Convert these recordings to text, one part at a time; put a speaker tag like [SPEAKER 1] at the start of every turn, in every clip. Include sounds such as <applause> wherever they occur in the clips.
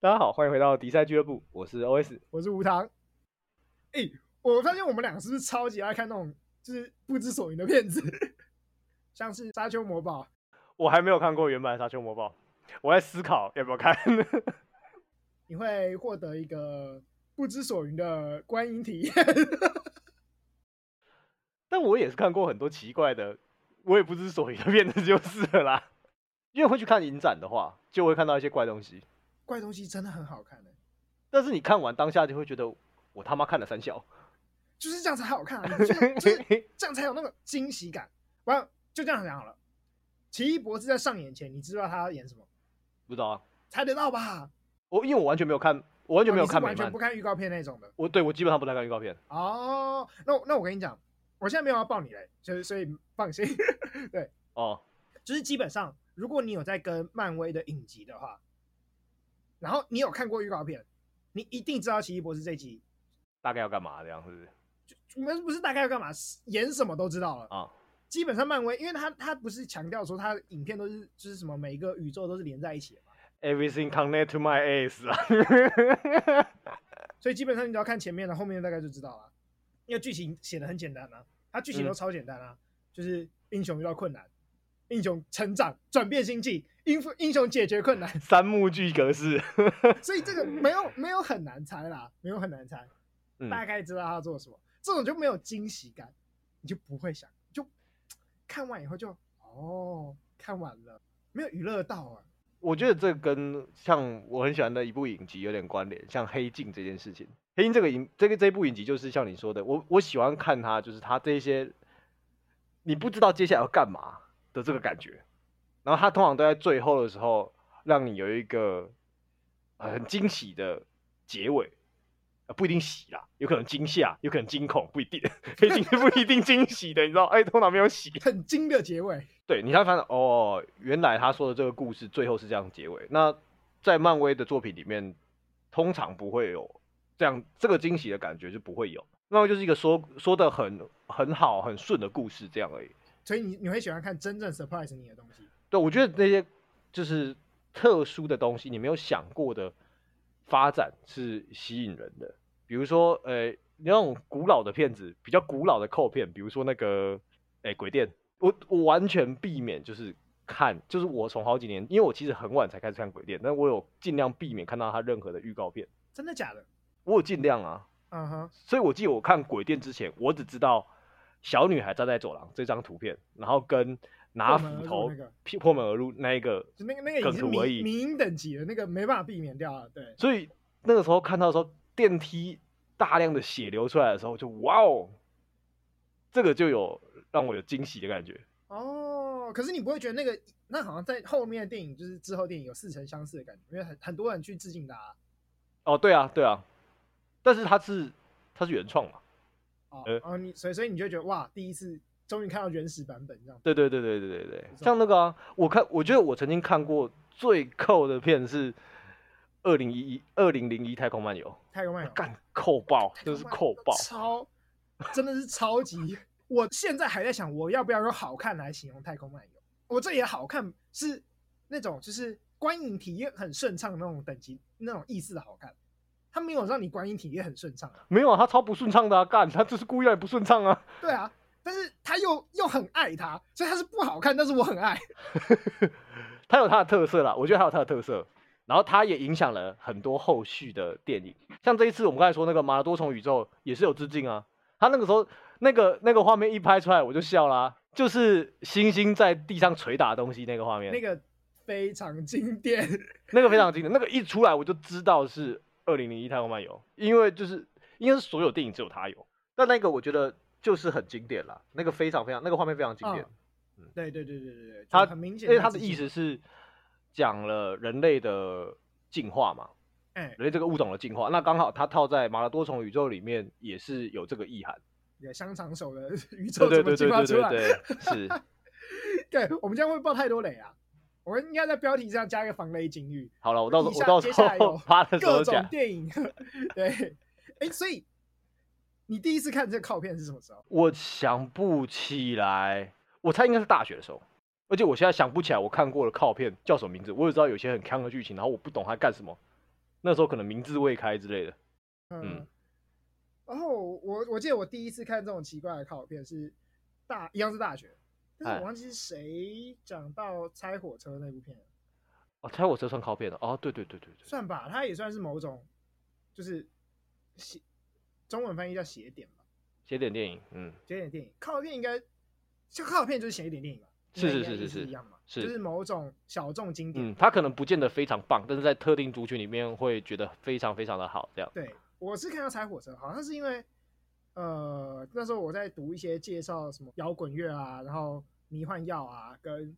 [SPEAKER 1] 大家好，欢迎回到迪赛俱乐部，我是 OS。
[SPEAKER 2] 我是无糖。哎、我发现我们两个是不是超级爱看那种就是不知所云的片子， <laughs> 像是《沙丘魔堡》。
[SPEAKER 1] 我还没有看过原版《沙丘魔堡》，我在思考要不要看。 <laughs>
[SPEAKER 2] 你会获得一个不知所云的观影体验。 <laughs>
[SPEAKER 1] 但我也是看过很多奇怪的，我也不知所云的片子就是了啦。因为会去看影展的话，就会看到一些怪东西，
[SPEAKER 2] 怪东西真的很好看的、
[SPEAKER 1] 但是你看完当下就会觉得我他妈看了三小。 <laughs>
[SPEAKER 2] 就是这样才好看、啊，就是就是这样才有那个惊喜感。完，就这样讲好了。奇异博士在上演前，你知道他要演什么？
[SPEAKER 1] 不知道啊，
[SPEAKER 2] 猜得到吧？
[SPEAKER 1] 我因为我完全没有看，我完全没有
[SPEAKER 2] 哦你是
[SPEAKER 1] 看美
[SPEAKER 2] 完全
[SPEAKER 1] 漫
[SPEAKER 2] 不，看预告片那种的。
[SPEAKER 1] 我对我基本上不太看预告片。
[SPEAKER 2] 哦，那我那我跟你讲，我现在没有要爆你嘞，就是所以放心。
[SPEAKER 1] 哦，
[SPEAKER 2] 就是基本上，如果你有在跟漫威的影集的话，然后你有看过预告片，你一定知道奇异博士这集，
[SPEAKER 1] 大概要干嘛这样是不是？
[SPEAKER 2] 你们不是大概要干嘛，是演什么都知道了
[SPEAKER 1] 啊。
[SPEAKER 2] 基本上漫威，因为他他不是强调说他的影片都是就是什么每一个宇宙都是连在一起的嘛，
[SPEAKER 1] Everything connect to my ass 啊！
[SPEAKER 2] 所以基本上你只要看前面的，后面大概就知道了。因为剧情写的很简单啊，它剧情都
[SPEAKER 1] 嗯
[SPEAKER 2] 超简单啊，就是英雄遇到困难，英雄成长转变心境，英英雄解决困难，
[SPEAKER 1] <laughs> 三幕剧格式， <laughs>
[SPEAKER 2] 所以这个没有没有很难猜啦，没有很难猜，
[SPEAKER 1] 嗯
[SPEAKER 2] 大概知道他做什么，这种就没有惊喜感，你就不会想，就看完以后就哦，看完了，没有娱乐到啊，
[SPEAKER 1] 我觉得这跟像我很喜欢的一部影集有点关联，像《黑镜》这件事情，《黑镜》这个影这个这部影集就是像你说的，我我喜欢看它，就是它这些你不知道接下来要干嘛的这个感觉，然后它通常都在最后的时候让你有一个呃很惊喜的结尾。呃不一定喜啦，有可能惊吓，有可能惊恐，不一定。 <laughs> 黑镜是不一定惊喜的，你知道？哎、通常没有喜。
[SPEAKER 2] 很惊的结尾，
[SPEAKER 1] 对，你才会发现哦，原来他说的这个故事最后是这样结尾。那在漫威的作品里面，通常不会有这样这个惊喜的感觉，就不会有。漫威就是一个说说的很很好、很顺的故事这样而已。
[SPEAKER 2] 所以你你会喜欢看真正 surprise 你的东西，
[SPEAKER 1] 对，我觉得那些就是特殊的东西，你没有想过的发展是吸引人的。比如说，呃，那种古老的片子，比较古老的扣片，比如说那个，哎、鬼店，我我完全避免就是看，就是我从好几年，因为我其实很晚才开始看鬼店，但我有尽量避免看到它任何的预告片，
[SPEAKER 2] 真的假的？
[SPEAKER 1] 我有尽量啊。
[SPEAKER 2] 嗯哼，
[SPEAKER 1] 所以我记得我看鬼店之前，我只知道小女孩站在走廊这张图片，然后跟拿
[SPEAKER 2] 破门而
[SPEAKER 1] 斧
[SPEAKER 2] 入
[SPEAKER 1] 头
[SPEAKER 2] 那个
[SPEAKER 1] 劈破门而入那一个
[SPEAKER 2] 就那个那个已经
[SPEAKER 1] 梗图而已
[SPEAKER 2] 民民音等级了，那个没办法避免掉了，对，
[SPEAKER 1] 所以那个时候看到的时候，电梯大量的血流出来的时候，就哇哦，这个就有让我有惊喜的感觉。
[SPEAKER 2] 哦，可是你不会觉得那个那好像在后面的电影就是之后电影有似曾相识的感觉，因为很很多人去致敬啊他、
[SPEAKER 1] 哦，对啊，对啊，但是它是它是原创嘛？
[SPEAKER 2] 哦，
[SPEAKER 1] 呃
[SPEAKER 2] 然后你所以所以你就觉得哇，第一次终于看到原始版本这样。
[SPEAKER 1] 对对对对对对对，
[SPEAKER 2] 错
[SPEAKER 1] 像那个啊，我看我觉得我曾经看过最扣的片是二零一一二零零一太空漫游，
[SPEAKER 2] 太空漫游，
[SPEAKER 1] 干扣爆，
[SPEAKER 2] 哎太空漫游
[SPEAKER 1] 真是扣爆。
[SPEAKER 2] 超真的是超级。我现在还在想，我要不要用好看来形容太空漫游？我这也好看是那种就是观影体验很顺畅的那种等级那种意思的好看，它没有让你观影体验很顺畅啊。
[SPEAKER 1] 没有啊，他超不顺畅的啊，干他就是故意让你不顺畅啊。
[SPEAKER 2] 对啊，但是他又又很爱他，所以他是不好看，但是我很爱。
[SPEAKER 1] 它有它的特色啦，我觉得它有它的特色，然后它也影响了很多后续的电影，像这一次我们刚才说那个《马拉多重宇宙》也是有致敬啊，他那个时候那个那个画面一拍出来我就笑啦、就是星星在地上捶打东西那个画面，
[SPEAKER 2] 那个非常经典， <laughs>
[SPEAKER 1] 那个非常经典，那个一出来我就知道是二零零一太空漫游，因为就是应该是所有电影只有它有，但那个我觉得就是很经典啦，那个非常非常那个画面非常经典。
[SPEAKER 2] 嗯对对对对对对，就
[SPEAKER 1] 他
[SPEAKER 2] 很明显，
[SPEAKER 1] 因为他的意思，是讲了人类的进化嘛，
[SPEAKER 2] 哎，
[SPEAKER 1] 人类这个物种的进化。那刚好它套在马拉多重宇宙里面也是有这个意涵。
[SPEAKER 2] 有香肠手的 <laughs> 宇宙
[SPEAKER 1] 对对
[SPEAKER 2] 怎么
[SPEAKER 1] 对
[SPEAKER 2] 进
[SPEAKER 1] 对对
[SPEAKER 2] 化出来？
[SPEAKER 1] 对对，是。
[SPEAKER 2] <laughs> 对，我们这样会爆太多雷啊！我们应该在标题上加一个防雷警语，
[SPEAKER 1] 好了，我到时
[SPEAKER 2] 以
[SPEAKER 1] 候我
[SPEAKER 2] 下
[SPEAKER 1] 到
[SPEAKER 2] 接
[SPEAKER 1] 时
[SPEAKER 2] 下来有
[SPEAKER 1] 候 <laughs> 发的时候
[SPEAKER 2] 各种
[SPEAKER 1] 讲。
[SPEAKER 2] 电影。对，哎，所以你第一次看这个靠片是什么时候？
[SPEAKER 1] 我想不起来，我猜应该是大学的时候。而且我现在想不起来我看过的靠片叫什么名字，我只知道有些很坑的剧情，然后我不懂它干什么，那时候可能名字未开之类的。
[SPEAKER 2] 嗯，然后我我记得我第一次看这种奇怪的考片是大一样是大学，但是
[SPEAKER 1] 哎
[SPEAKER 2] 我忘记是谁讲到拆火车那部片了，
[SPEAKER 1] 哦，猜我车算靠片的哦，对对对对对，
[SPEAKER 2] 算吧，它也算是某种就是写中文翻译叫写点吧，
[SPEAKER 1] 写点电影，嗯，
[SPEAKER 2] 写点电影，靠片应该像靠片就是写一点电影吧，
[SPEAKER 1] 是
[SPEAKER 2] 应该
[SPEAKER 1] 是是
[SPEAKER 2] 意
[SPEAKER 1] 是
[SPEAKER 2] 思
[SPEAKER 1] 是
[SPEAKER 2] 一样嘛，
[SPEAKER 1] 是
[SPEAKER 2] 就是某种小众经典。
[SPEAKER 1] 嗯，他可能不见得非常棒，但是在特定族群里面会觉得非常非常的好，这样。
[SPEAKER 2] 对，我是看到拆火车，好像是因为呃那时候我在读一些介绍什么摇滚乐啊，然后迷幻药啊，跟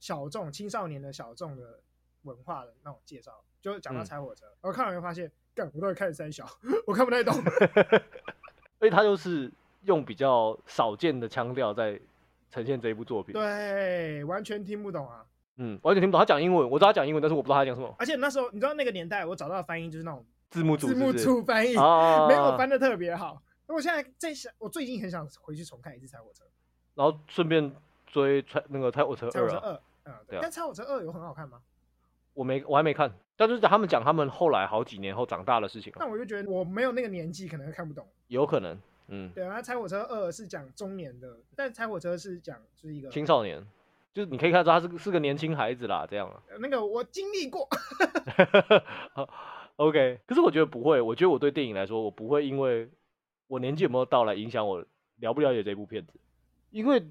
[SPEAKER 2] 小众青少年的小众的文化的那种介绍，就讲到
[SPEAKER 1] 嗯
[SPEAKER 2] 拆火车，我看完就发现，干我到底看三小， <laughs> 我看不
[SPEAKER 1] <laughs>
[SPEAKER 2] 太懂。
[SPEAKER 1] 所以他就是用比较少见的腔调在呈现这一部作品。，
[SPEAKER 2] 对，完全听不懂啊！
[SPEAKER 1] 嗯，完全听不懂。他讲英文，我知道他讲英文，但是我不知道他讲什么。
[SPEAKER 2] 而且那时候你知道那个年代，我找到的翻译就是那种
[SPEAKER 1] 字幕组
[SPEAKER 2] 字
[SPEAKER 1] 是
[SPEAKER 2] 幕
[SPEAKER 1] 不是
[SPEAKER 2] 组翻译，
[SPEAKER 1] 啊，
[SPEAKER 2] <laughs> 没有翻的特别好。我现在在想，我最近很想回去重看一次《拆火车》。
[SPEAKER 1] 然后顺便追《拆那个《拆我车
[SPEAKER 2] 《拆火
[SPEAKER 1] 二》
[SPEAKER 2] 车
[SPEAKER 1] 啊，
[SPEAKER 2] 二》嗯，
[SPEAKER 1] 对
[SPEAKER 2] 对
[SPEAKER 1] 啊哦
[SPEAKER 2] 但《拆火车二》有很好看吗？
[SPEAKER 1] 我没我还没看，但是他们讲他们后来好几年后长大的事情啊、
[SPEAKER 2] 但我就觉得我没有那个年纪，可能看不懂。
[SPEAKER 1] 有可能，嗯，
[SPEAKER 2] 对啊，那《拆火车二》是讲中年的，但《拆火车》是讲就是一个
[SPEAKER 1] 青少年，就是你可以看到他是个是个年轻孩子啦，这样啊。
[SPEAKER 2] 呃那个我经历过， <laughs>
[SPEAKER 1] <laughs> OK，可是我觉得不会，我觉得我对电影来说，我不会因为我年纪有没有到来影响我了不了解这部片子，因为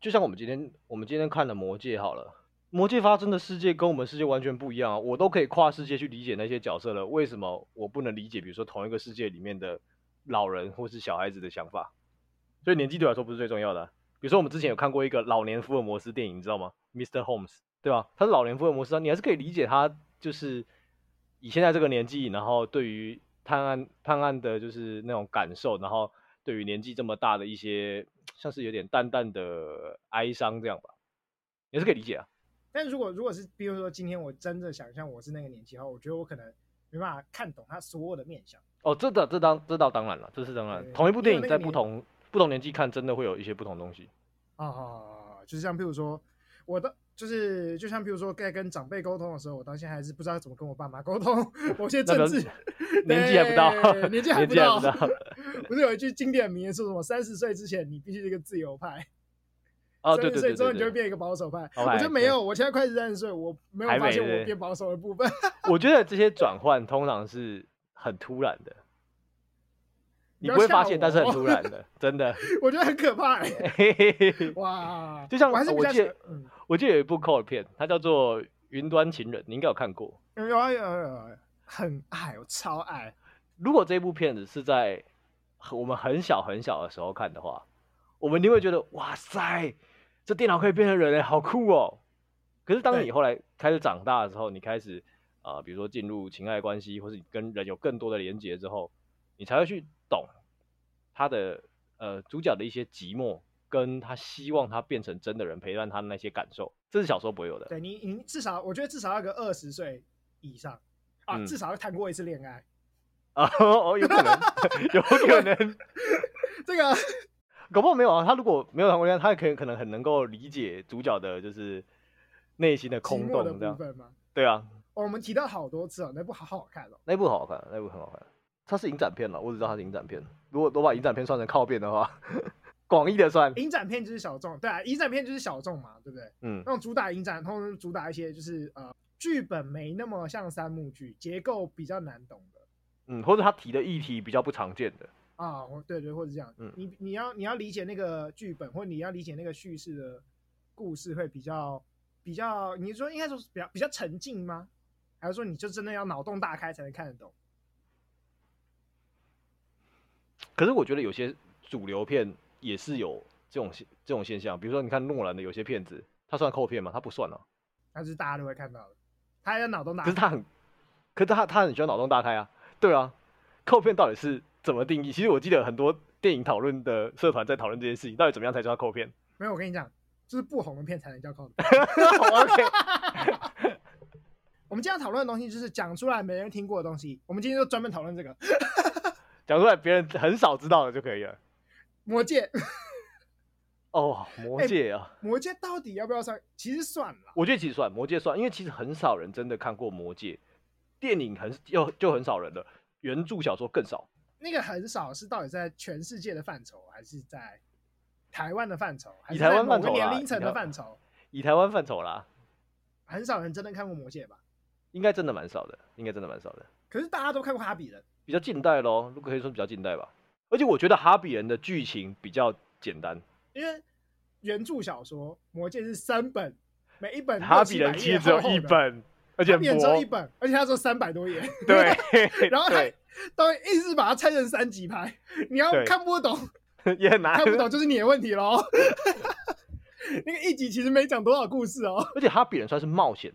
[SPEAKER 1] 就像我们今天我们今天看了《魔戒》好了，《魔戒》发生的世界跟我们世界完全不一样啊，我都可以跨世界去理解那些角色了，为什么我不能理解？比如说同一个世界里面的老人或是小孩子的想法，所以年纪对我来说不是最重要的啊、比如说我们之前有看过一个老年福尔摩斯电影，你知道吗？Mr. Holmes，对吧？他是老年福尔摩斯啊，你还是可以理解他就是以现在这个年纪，然后对于探案探案的就是那种感受，然后对于年纪这么大的一些像是有点淡淡的哀伤这样吧，你还是可以理解啊。
[SPEAKER 2] 但如果如果是比如说今天我真的想象我是那个年纪的话，我觉得我可能没办法看懂他所有的面相。
[SPEAKER 1] 哦，这的这当这倒当然了，这是当然。
[SPEAKER 2] 对
[SPEAKER 1] 同一部
[SPEAKER 2] 因为
[SPEAKER 1] 电影
[SPEAKER 2] 那个
[SPEAKER 1] 在
[SPEAKER 2] 年
[SPEAKER 1] 不同不同年纪看，真的会有一些不同东西。
[SPEAKER 2] <laughs>
[SPEAKER 1] 哦
[SPEAKER 2] 啊，就是像譬如说，我的就是就像譬如说，在跟长辈沟通的时候，我到现在还是不知道怎么跟我爸妈沟通， <laughs> 某些
[SPEAKER 1] 那
[SPEAKER 2] 政
[SPEAKER 1] 个
[SPEAKER 2] 治
[SPEAKER 1] 年纪还不到
[SPEAKER 2] 对年纪还
[SPEAKER 1] <laughs> 年
[SPEAKER 2] 不
[SPEAKER 1] 纪还
[SPEAKER 2] 到
[SPEAKER 1] 不，
[SPEAKER 2] <laughs>
[SPEAKER 1] 到
[SPEAKER 2] 不是有一句经典名言说什么“三十岁之前你必须是一个自由派，
[SPEAKER 1] 哦，
[SPEAKER 2] 三
[SPEAKER 1] 对对
[SPEAKER 2] 十岁
[SPEAKER 1] 对
[SPEAKER 2] 之后
[SPEAKER 1] 对
[SPEAKER 2] 你就会
[SPEAKER 1] 对。
[SPEAKER 2] 变一个保守派”。
[SPEAKER 1] 好
[SPEAKER 2] 我觉
[SPEAKER 1] 派
[SPEAKER 2] 得没
[SPEAKER 1] 对
[SPEAKER 2] 有，我现在快三十岁，我没有
[SPEAKER 1] 还
[SPEAKER 2] 发
[SPEAKER 1] 没
[SPEAKER 2] 现
[SPEAKER 1] 对
[SPEAKER 2] 我变保守的部分。 <laughs>
[SPEAKER 1] 我觉得这些转换通常是很突然的，你
[SPEAKER 2] 要
[SPEAKER 1] 不会
[SPEAKER 2] 吓
[SPEAKER 1] 发现，但是很
[SPEAKER 2] 我
[SPEAKER 1] 突然
[SPEAKER 2] <laughs>
[SPEAKER 1] 的，真的。 <laughs>
[SPEAKER 2] 我觉得很可怕欸。哇，
[SPEAKER 1] 就像
[SPEAKER 2] 我还是比
[SPEAKER 1] 我
[SPEAKER 2] 较
[SPEAKER 1] 记
[SPEAKER 2] 喜
[SPEAKER 1] 得
[SPEAKER 2] 欢嗯
[SPEAKER 1] 我记得有一部 cult 片，它叫做《云端情人》，你应该有看过。
[SPEAKER 2] 有有啊有啊有啊，很爱，我超爱。
[SPEAKER 1] 如果这部片子是在我们很小很小的时候看的话，我们一定会觉得哇塞，这电脑可以变成人哎，好酷哦。可是当
[SPEAKER 2] 对
[SPEAKER 1] 你后来开始长大的时候，你开始啊、呃比如说进入情爱关系，或是你跟人有更多的连接之后，你才会去懂他的呃主角的一些寂寞，跟他希望他变成真的人陪伴他的那些感受，这是小时候不会有的。
[SPEAKER 2] 对你，你至少我觉得至少要个二十岁以上啊，
[SPEAKER 1] 嗯
[SPEAKER 2] 至少要谈过一次恋爱。
[SPEAKER 1] 啊， <laughs> 哦，有可能， <laughs> 有可能，
[SPEAKER 2] 这个
[SPEAKER 1] 搞不好没有啊。他如果没有谈过恋爱，他可能可能很能够理解主角的，就是内心的
[SPEAKER 2] 寂
[SPEAKER 1] 空
[SPEAKER 2] 寞的
[SPEAKER 1] 洞，这
[SPEAKER 2] 部
[SPEAKER 1] 样。
[SPEAKER 2] 分嘛，
[SPEAKER 1] 对啊，
[SPEAKER 2] 哦我们提到好多次哦，那部好好看哦。
[SPEAKER 1] 那部好好看，那部很好看。它是影展片了，我只知道它是影展片。如果都把影展片算成靠片的话， <laughs> 广义的算，
[SPEAKER 2] 影展片就是小众，对啊，影展片就是小众嘛，对不对？
[SPEAKER 1] 嗯
[SPEAKER 2] 那种主打影展，通常主打一些就是呃，剧本没那么像三幕剧，结构比较难懂的
[SPEAKER 1] 嗯，或者他提的议题比较不常见的，
[SPEAKER 2] 啊，或对对，或者这样，
[SPEAKER 1] 嗯
[SPEAKER 2] 你你要你要理解那个剧本，或你要理解那个叙事的故事，会比较比较，你说应该说是比较比较沉浸吗？还是说你就真的要脑洞大开才能看得懂？
[SPEAKER 1] 可是我觉得有些主流片也是有这种现这种现象，比如说你看诺兰的有些片子，它算扣片吗？它不算啊。
[SPEAKER 2] 那就是大家都会看到的，他要脑洞大
[SPEAKER 1] 可
[SPEAKER 2] 开
[SPEAKER 1] 是。他很，可是他他很喜欢脑洞大开啊。对啊，扣片到底是怎么定义？其实我记得很多电影讨论的社团在讨论这件事情，到底怎么样才叫扣片
[SPEAKER 2] 没有，我跟你讲，就是不红的片才能叫靠谱。
[SPEAKER 1] ？OK，
[SPEAKER 2] 我们今天要讨论的东西就是讲出来没人听过的东西，我们今天就专门讨论这个《
[SPEAKER 1] 讲出来别人很少知道的就可以了。
[SPEAKER 2] 魔戒》。
[SPEAKER 1] 哦，魔
[SPEAKER 2] 哎
[SPEAKER 1] 戒啊，
[SPEAKER 2] 魔戒到底要不要上？其实算了，
[SPEAKER 1] 我觉得其实算魔戒算，因为其实很少人真的看过魔戒，电影很又就很少人了，原著小说更少。
[SPEAKER 2] 那个很少是到底在全世界的范畴，还是在台湾的范畴，还
[SPEAKER 1] 以
[SPEAKER 2] 是
[SPEAKER 1] 台
[SPEAKER 2] 在
[SPEAKER 1] 湾
[SPEAKER 2] 某
[SPEAKER 1] 范畴
[SPEAKER 2] 个年
[SPEAKER 1] 啦
[SPEAKER 2] 龄层
[SPEAKER 1] 以
[SPEAKER 2] 的
[SPEAKER 1] 台
[SPEAKER 2] 范畴？
[SPEAKER 1] 以台湾范畴啦，
[SPEAKER 2] 很少人真的看过《魔戒》吧？
[SPEAKER 1] 应该真的蛮少的，应该真的蛮少的。
[SPEAKER 2] 可是大家都看过《哈比人》，
[SPEAKER 1] 比较近代咯，如果可以说比较近代吧。而且我觉得《哈比人》的剧情比较简单，
[SPEAKER 2] 因为原著小说《魔戒》是三本，每一本
[SPEAKER 1] 《哈
[SPEAKER 2] 六
[SPEAKER 1] 比
[SPEAKER 2] 七百
[SPEAKER 1] 人》
[SPEAKER 2] 页
[SPEAKER 1] 其实只有
[SPEAKER 2] 厚厚
[SPEAKER 1] 一
[SPEAKER 2] 的，
[SPEAKER 1] 本，而且
[SPEAKER 2] 哈
[SPEAKER 1] 很
[SPEAKER 2] 比人只有
[SPEAKER 1] 薄
[SPEAKER 2] 一，本，而且它只有三百多页，，
[SPEAKER 1] 对
[SPEAKER 2] <laughs> 然后
[SPEAKER 1] 对 <laughs>
[SPEAKER 2] 他都硬是把它拆成三级拍，你要
[SPEAKER 1] 对
[SPEAKER 2] 看不
[SPEAKER 1] <laughs>
[SPEAKER 2] 懂，
[SPEAKER 1] 也很难
[SPEAKER 2] 看。不懂就是你的问题喽。 <laughs> 那个一集其实没讲多少故事哦，
[SPEAKER 1] 而且《哈比人》算是冒险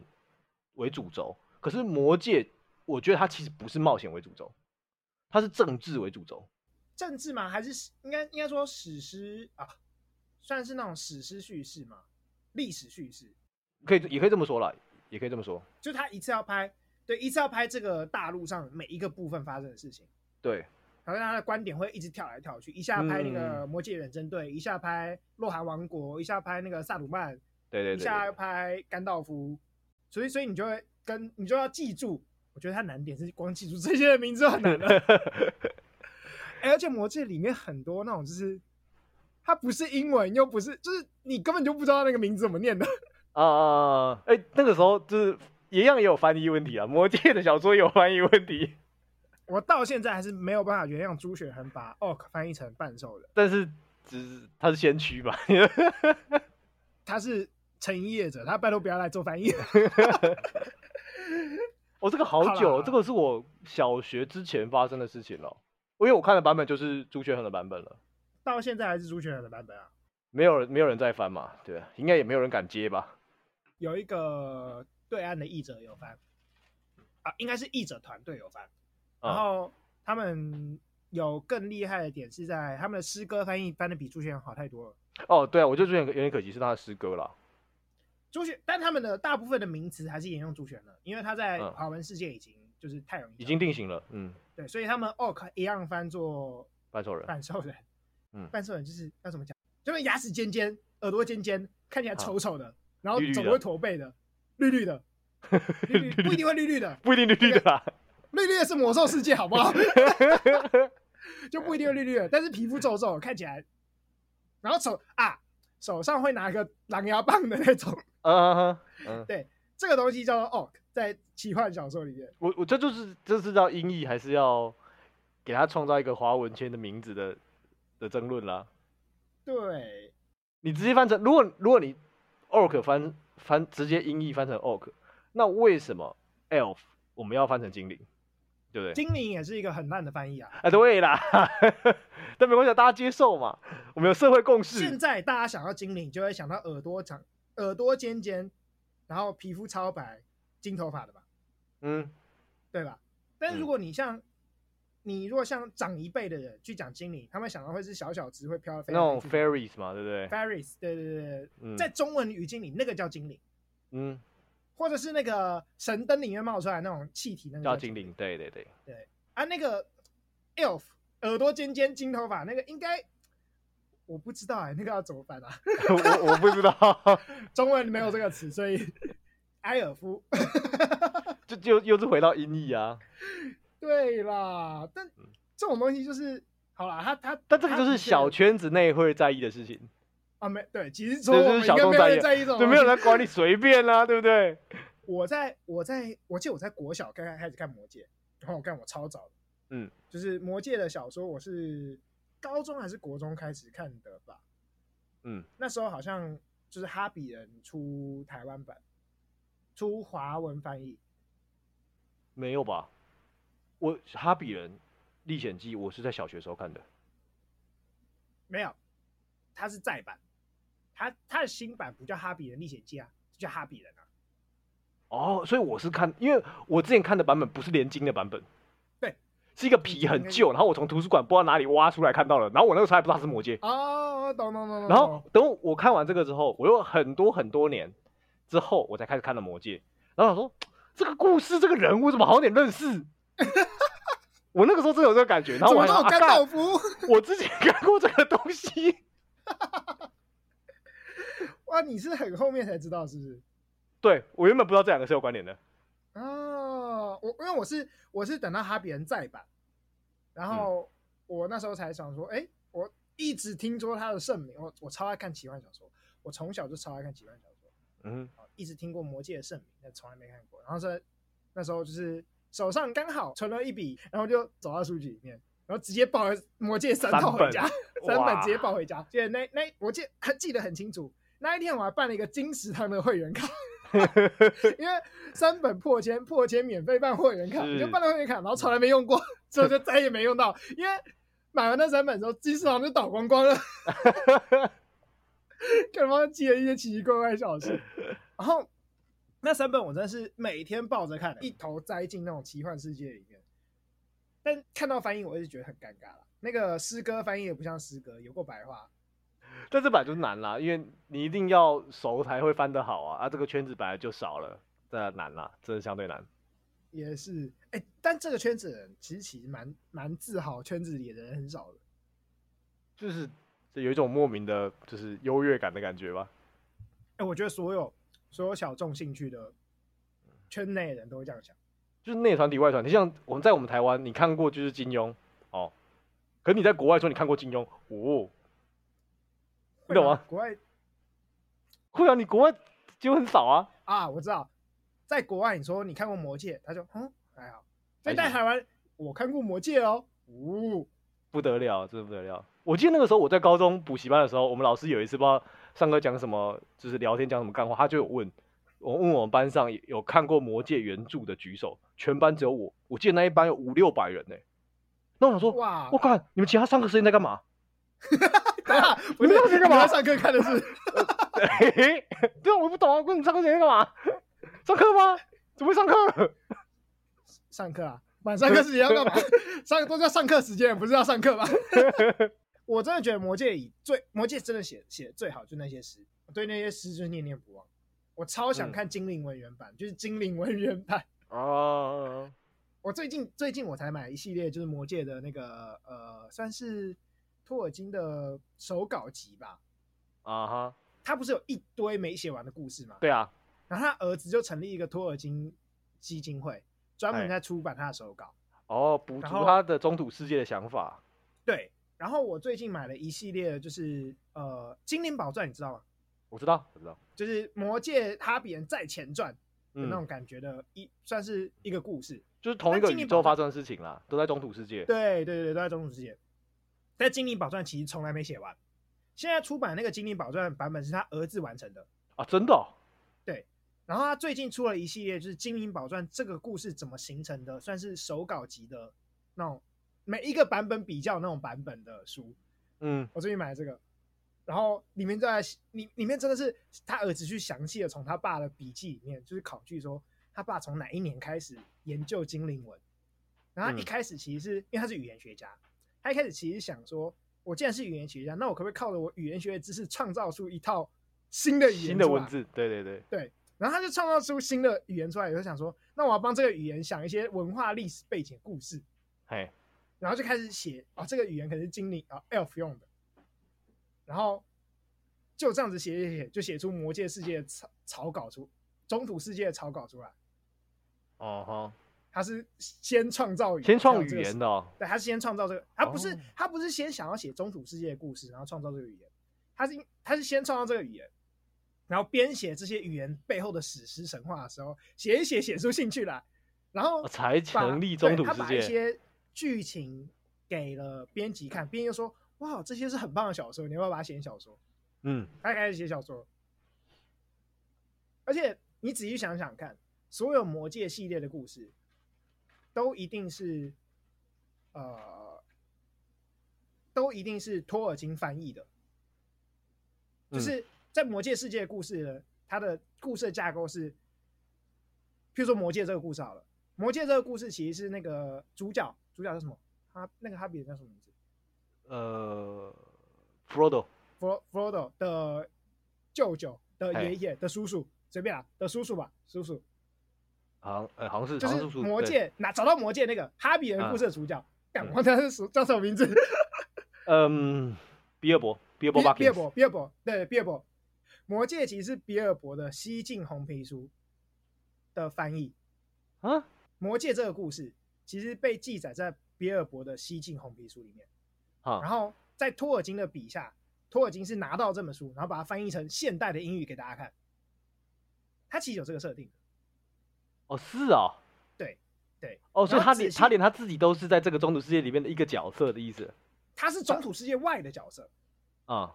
[SPEAKER 1] 为主轴，可是《魔戒》我觉得它其实不是冒险为主轴，它是政治为主轴。
[SPEAKER 2] 政治嘛，还是应该应该说史诗啊，算是那种史诗叙事嘛，历史叙事，
[SPEAKER 1] 可以也可以这么说啦，也可以这么说。
[SPEAKER 2] 就他一次要拍，对，一次要拍这个大陆上每一个部分发生的事情。
[SPEAKER 1] 对，
[SPEAKER 2] 然后他的观点会一直跳来跳去，一下拍那个《魔界远征队》，一下拍《洛海王国》，一下拍那个萨鲁曼，
[SPEAKER 1] 对对
[SPEAKER 2] 一
[SPEAKER 1] 对
[SPEAKER 2] 下
[SPEAKER 1] 对，
[SPEAKER 2] 拍甘道夫，所以所以你就会跟你就要记住，我觉得它难点是光记住这些人名字就很
[SPEAKER 1] <laughs>
[SPEAKER 2] 难了。哎而且《魔戒》里面很多那种就是，它不是英文，又不是，就是你根本就不知道那个名字怎么念的。 <laughs>
[SPEAKER 1] 啊啊！哎、那个时候就是一样也有翻译问题啊，《魔戒》的小说也有翻译问题，
[SPEAKER 2] 我到现在还是没有办法原谅朱雪恒把 orc 翻译成半兽人，
[SPEAKER 1] 但是只是它是先驱吧。
[SPEAKER 2] 他是成一业者，他拜托不要来做
[SPEAKER 1] <laughs>
[SPEAKER 2] 翻译。
[SPEAKER 1] 我、哦这个好
[SPEAKER 2] 好啦
[SPEAKER 1] 久
[SPEAKER 2] 好
[SPEAKER 1] 了，
[SPEAKER 2] 啦
[SPEAKER 1] 这个是我小学之前发生的事情了。因为我看的版本就是朱学恒的版本了，
[SPEAKER 2] 到现在还是朱雪恒的版本啊。
[SPEAKER 1] 没有人没有人再翻嘛，对，啊应该也没有人敢接吧。
[SPEAKER 2] 有一个对岸的译者有翻，啊，应该是译者团队有翻，
[SPEAKER 1] 啊
[SPEAKER 2] 然后他们有更厉害的点是在他们的诗歌翻译翻的比朱轩好太多了。
[SPEAKER 1] 哦，对啊，我觉得朱学恒有点可惜是他的诗歌啦。
[SPEAKER 2] 朱轩，但他们的大部分的名词还是沿用朱轩的，因为他在
[SPEAKER 1] 嗯
[SPEAKER 2] 华文世界已经就是太容易
[SPEAKER 1] 已经定型了，嗯，
[SPEAKER 2] 对，所以他们 orc 一样翻作
[SPEAKER 1] 半兽人，
[SPEAKER 2] 半兽人，
[SPEAKER 1] 嗯
[SPEAKER 2] 半兽人就是要怎么讲，就是牙齿尖尖，耳朵尖尖，看起来丑丑的，然后
[SPEAKER 1] 啊绿绿的
[SPEAKER 2] 总会驼背的，绿绿
[SPEAKER 1] <laughs>
[SPEAKER 2] 的，绿绿不一定会绿绿的，
[SPEAKER 1] 不一定绿绿的
[SPEAKER 2] <laughs>
[SPEAKER 1] 啦。
[SPEAKER 2] 绿绿的是魔兽世界，好不好？ <laughs> 就不一定会绿绿的，但是皮肤皱皱，看起来，然后手啊手上会拿一个狼牙棒的那种，
[SPEAKER 1] 嗯嗯，
[SPEAKER 2] 这个东西叫做 orc，在奇幻小说里面，
[SPEAKER 1] 我我这就是这是要音译还是要给他创造一个华文圈的名字的的争论啦。
[SPEAKER 2] 对，
[SPEAKER 1] 你直接翻成，如果如果你 orc 翻翻直接音译翻成 orc，那为什么 elf 我们要翻成精灵，对不对？
[SPEAKER 2] 精灵也是一个很烂的翻译啊。
[SPEAKER 1] 啊，对啦， <laughs> 但没关系，大家接受嘛，我们有社会共
[SPEAKER 2] 现
[SPEAKER 1] 识。
[SPEAKER 2] 在大家想到精灵，就会想到耳朵长、耳朵尖尖，然后皮肤超白、金头发的吧，
[SPEAKER 1] 嗯，
[SPEAKER 2] 对吧？但
[SPEAKER 1] 嗯
[SPEAKER 2] 是如果你像、你如果像长一辈的人去讲精灵，他们想到会是小小只会飘来飞
[SPEAKER 1] 那种
[SPEAKER 2] 去的
[SPEAKER 1] fairies 嘛，对不对？
[SPEAKER 2] fairies，对对对对，
[SPEAKER 1] 嗯，
[SPEAKER 2] 在中文语境里那个叫精灵，
[SPEAKER 1] 嗯
[SPEAKER 2] 或者是那个神灯里面冒出来那种气体，那个
[SPEAKER 1] 叫
[SPEAKER 2] 精
[SPEAKER 1] 精灵，对对对。
[SPEAKER 2] 啊。那个 elf 耳朵尖尖、金头发那个应该我不知道哎、那个要怎么办啊？ <laughs>
[SPEAKER 1] 我我不知道， <laughs>
[SPEAKER 2] 中文没有这个词，所以埃尔夫。
[SPEAKER 1] 就就又是回到音译啊。
[SPEAKER 2] <laughs> 对啦，但这种东西就是好啦，他他
[SPEAKER 1] 嗯但这个
[SPEAKER 2] 他
[SPEAKER 1] 就是
[SPEAKER 2] 啊的确
[SPEAKER 1] 小圈子内会在意的事情，
[SPEAKER 2] 啊，没对，其实说
[SPEAKER 1] 对
[SPEAKER 2] 我
[SPEAKER 1] 这
[SPEAKER 2] 们
[SPEAKER 1] 是
[SPEAKER 2] 应
[SPEAKER 1] 小
[SPEAKER 2] 该
[SPEAKER 1] 众
[SPEAKER 2] 没有
[SPEAKER 1] 专
[SPEAKER 2] 人
[SPEAKER 1] 业
[SPEAKER 2] 在意这种，
[SPEAKER 1] 就没有。人管你随便啦、对不对？
[SPEAKER 2] 我在我在我记得我在国小刚刚开始看《魔戒》，然后我看我超早的，
[SPEAKER 1] 嗯，
[SPEAKER 2] 就是《魔戒》的小说，我是高中还是国中开始看的吧？
[SPEAKER 1] 嗯，
[SPEAKER 2] 那时候好像就是哈比人出台湾版，出华文翻译，
[SPEAKER 1] 没有吧？我《哈比人历险记》我是在小学时候看的，
[SPEAKER 2] 没有，它是再版，它它的新版不叫《哈比人历险记》啊，就叫《哈比人》啊。
[SPEAKER 1] 哦，所以我是看，因为我之前看的版本不是连经的版本，
[SPEAKER 2] 对，
[SPEAKER 1] 是一个皮很旧，然后我从图书馆不知道哪里挖出来看到了，然后我那个时候还不知道它是魔戒，
[SPEAKER 2] 哦，懂懂懂懂。
[SPEAKER 1] 然后等我看完这个之后，我又很多很多年之后我才开始看了魔戒，然后我想说这个故事这个人物怎么好像有点认
[SPEAKER 2] <laughs>
[SPEAKER 1] 识。我那个时候真的有这个感觉，然后
[SPEAKER 2] 怎
[SPEAKER 1] 我还
[SPEAKER 2] 么都
[SPEAKER 1] 想
[SPEAKER 2] 有甘
[SPEAKER 1] 啊
[SPEAKER 2] 道
[SPEAKER 1] 干
[SPEAKER 2] 夫？
[SPEAKER 1] 我之前看过这个东西，
[SPEAKER 2] 哇，你是很后面才知道是不是？
[SPEAKER 1] 对我原本不知道这两个是有关联的。
[SPEAKER 2] 哦，哦，我因为我是我是等到他别人再版，然后
[SPEAKER 1] 嗯
[SPEAKER 2] 我那时候才想说，哎、我一直听说他的盛名，我我超爱看奇幻小说，我从小就超爱看奇幻小说，
[SPEAKER 1] 嗯
[SPEAKER 2] 哦一直听过《魔界的盛名》，但从来没看过。然后是那时候就是手上刚好存了一笔，然后就走到书局里面，然后直接抱了《魔界三
[SPEAKER 1] 三
[SPEAKER 2] 套回
[SPEAKER 1] 本
[SPEAKER 2] 家， <laughs> <laughs> 三本直接
[SPEAKER 1] 哇
[SPEAKER 2] 抱回家。记得那那我记还记得很清楚，那一天我还办了一个金石堂的会员卡。因为三本破千，破千免费办会员卡，
[SPEAKER 1] 是
[SPEAKER 2] 你就办了会员卡，然后从来没用过， <laughs> 所以我就再也没用到。因为买完那三本之后，金石堂就倒光光了，干嘛记了一些奇奇怪怪的小事。然后那三本我真的是每天抱着看，一头栽进那种奇幻世界里面。但看到翻译，我一直觉得很尴尬了。那个诗歌翻译也不像诗歌，有过白话，
[SPEAKER 1] 但这本来就难啦，因为你一定要熟才会翻得好啊，啊，这个圈子本来就少了，这难啦，真的相对难。
[SPEAKER 2] 也是哎、但这个圈子的人其实其实蛮蛮自豪，圈子里的人很少的。
[SPEAKER 1] 就是有一种莫名的，就是优越感的感觉吧。
[SPEAKER 2] 哎、我觉得所有所有小众兴趣的圈内人都会这样想。
[SPEAKER 1] 就是内团体外团体，像我们在我们台湾，你看过就是金庸哦，可你在国外说你看过金庸，哦，你懂
[SPEAKER 2] 会
[SPEAKER 1] 吗？
[SPEAKER 2] 国外
[SPEAKER 1] 会啊，你国外就很少啊，
[SPEAKER 2] 啊，我知道，在国外你说你看过《魔戒》，他就嗯还好。但
[SPEAKER 1] 还
[SPEAKER 2] 在
[SPEAKER 1] 行
[SPEAKER 2] 台湾，我看过《魔戒》哦，呜、
[SPEAKER 1] 不得了，真的不得了。我记得那个时候我在高中补习班的时候，我们老师有一次不知道上课讲什么，就是聊天讲什么干话，他就有问我问我们班上有看过《魔戒》原著的举手，全班只有我，我记得那一班有五六百人呢、那我想说，
[SPEAKER 2] 哇
[SPEAKER 1] 我，靠，你们其他上课时间在干嘛？ <laughs>
[SPEAKER 2] 等一下不
[SPEAKER 1] 你
[SPEAKER 2] 是
[SPEAKER 1] 们上课干嘛
[SPEAKER 2] 你们上课看的是
[SPEAKER 1] 对，对啊，我不懂啊，问你上课前干嘛？上课吗？怎么会上课？
[SPEAKER 2] 上课啊，满上课时间要
[SPEAKER 1] <laughs>
[SPEAKER 2] 干嘛？上都叫上课时间，不是要上课吗？ <laughs> 我真的觉得《魔戒》以最《魔戒》真的写写得最好，就那些诗，我对那些诗就是念念不忘。我超想
[SPEAKER 1] 嗯
[SPEAKER 2] 看精灵文原版，就是精灵文原版。
[SPEAKER 1] 哦，
[SPEAKER 2] 啊我最近最近我才买一系列就是《魔戒》的那个呃，算是托尔金的手稿集吧。
[SPEAKER 1] 啊哈，
[SPEAKER 2] 他不是有一堆没写完的故事吗？
[SPEAKER 1] 对啊，
[SPEAKER 2] 然后他儿子就成立一个托尔金基金会，专门
[SPEAKER 1] 哎
[SPEAKER 2] 在出版他的手稿。
[SPEAKER 1] 哦，补
[SPEAKER 2] 然
[SPEAKER 1] 足
[SPEAKER 2] 后
[SPEAKER 1] 他的中土世界的想法，
[SPEAKER 2] 对，然后我最近买了一系列的，就是呃《精灵宝钻》，你知道吗？
[SPEAKER 1] 我知道，我知道，
[SPEAKER 2] 就是《魔界哈比人在前传》的
[SPEAKER 1] 嗯，
[SPEAKER 2] 那种感觉的一，算是一个故事。
[SPEAKER 1] 就是同一
[SPEAKER 2] 那
[SPEAKER 1] 个
[SPEAKER 2] 精灵
[SPEAKER 1] 宇
[SPEAKER 2] 宝
[SPEAKER 1] 宙
[SPEAKER 2] 藏
[SPEAKER 1] 发生的事情啦，都在中土世界。
[SPEAKER 2] 对对对，都在中土世界。但《精灵宝钻》其实从来没写完，现在出版那个《精灵宝钻》版本是他儿子完成的。
[SPEAKER 1] 啊，真的哦、
[SPEAKER 2] 然后他最近出了一系列，就是《精灵宝钻》这个故事怎么形成的，算是手稿级的那种，每一个版本比较那种版本的书。
[SPEAKER 1] 嗯，
[SPEAKER 2] 我最近买了这个，然后里面在里里面真的是他儿子去详细的从他爸的笔记里面，就是考据说他爸从哪一年开始研究精灵文，然后他一
[SPEAKER 1] 嗯
[SPEAKER 2] 开始其实是、因为他是语言学家，他一开始其实想说，我既然是语言学家，那我可不可以靠着我语言学的知识创造出一套新的语言
[SPEAKER 1] 新的
[SPEAKER 2] 出来
[SPEAKER 1] 文？字，对对对，
[SPEAKER 2] 然后他就创造出新的语言出来，以后想说，那我要帮这个语言想一些文化历史背景故事，
[SPEAKER 1] 嘿，
[SPEAKER 2] 然后就开始写哦，这个语言可能是精灵啊 elf 用的，然后就这样子写写写，就写出魔界世界的草草稿出中土世界的草稿出来。
[SPEAKER 1] 哦哈，
[SPEAKER 2] 他是先创造语言，
[SPEAKER 1] 先
[SPEAKER 2] 才
[SPEAKER 1] 创
[SPEAKER 2] 有这
[SPEAKER 1] 语
[SPEAKER 2] 个
[SPEAKER 1] 言
[SPEAKER 2] 事，
[SPEAKER 1] 的、哦，
[SPEAKER 2] 对，他是先创造这个，他不是、
[SPEAKER 1] 哦
[SPEAKER 2] 他不是先想要写中土世界的故事，然后创造这个语言，他是因他是先创造这个语言，然后编写这些语言背后的史诗神话的时候，写一写写出兴趣来，然后
[SPEAKER 1] 哦才 <laughs>
[SPEAKER 2] 把
[SPEAKER 1] 成立
[SPEAKER 2] 对
[SPEAKER 1] 中土
[SPEAKER 2] 他
[SPEAKER 1] 世
[SPEAKER 2] 把一
[SPEAKER 1] 界。
[SPEAKER 2] 些剧情给了编辑看，编辑就说：“哇，这些是很棒的小说，你要不要把它写成小说
[SPEAKER 1] 嗯，？”
[SPEAKER 2] 他开始写小说，而且你仔细想想看，所有魔界系列的故事都一定是呃，都一定是托尔金翻译的，就
[SPEAKER 1] 嗯
[SPEAKER 2] 是在魔界世界的故事呢，它的故事的架构是，譬如说魔界这个故事好了，魔界这个故事其实是那个主角，主角叫什么？他那个哈比人叫什么名字？
[SPEAKER 1] 呃，Frodo，
[SPEAKER 2] 弗罗弗罗多的舅舅的
[SPEAKER 1] 嘿
[SPEAKER 2] 爷爷的叔叔，随便啦，的叔叔吧，叔叔
[SPEAKER 1] 好像，呃，好像是，
[SPEAKER 2] 就
[SPEAKER 1] 好像
[SPEAKER 2] 是
[SPEAKER 1] 是
[SPEAKER 2] 魔
[SPEAKER 1] 对，
[SPEAKER 2] 界哪找到魔界那个哈比人的故事的主角，干我忘记他是什叫什么名字？
[SPEAKER 1] 嗯，比尔博，比尔博
[SPEAKER 2] 比
[SPEAKER 1] 巴
[SPEAKER 2] 比尔博，比尔博，对，比尔博。魔界其实是比尔博的《西晋红皮书》的翻译，
[SPEAKER 1] 啊，
[SPEAKER 2] 《魔戒》这个故事其实被记载在比尔博的《西晋红皮书》里面，然
[SPEAKER 1] 哈，
[SPEAKER 2] 后在托尔金的笔下，托尔金是拿到这本书，然后把它翻译成现代的英语给大家看。他其实有这个设定，
[SPEAKER 1] 哦是哦，
[SPEAKER 2] 对对，
[SPEAKER 1] 哦，所以
[SPEAKER 2] 然后
[SPEAKER 1] 他
[SPEAKER 2] 仔
[SPEAKER 1] 连
[SPEAKER 2] 细
[SPEAKER 1] 他连他自己都是在这个中土世界里面的一个角色的意思
[SPEAKER 2] 他是中土世界外的角色，
[SPEAKER 1] 啊、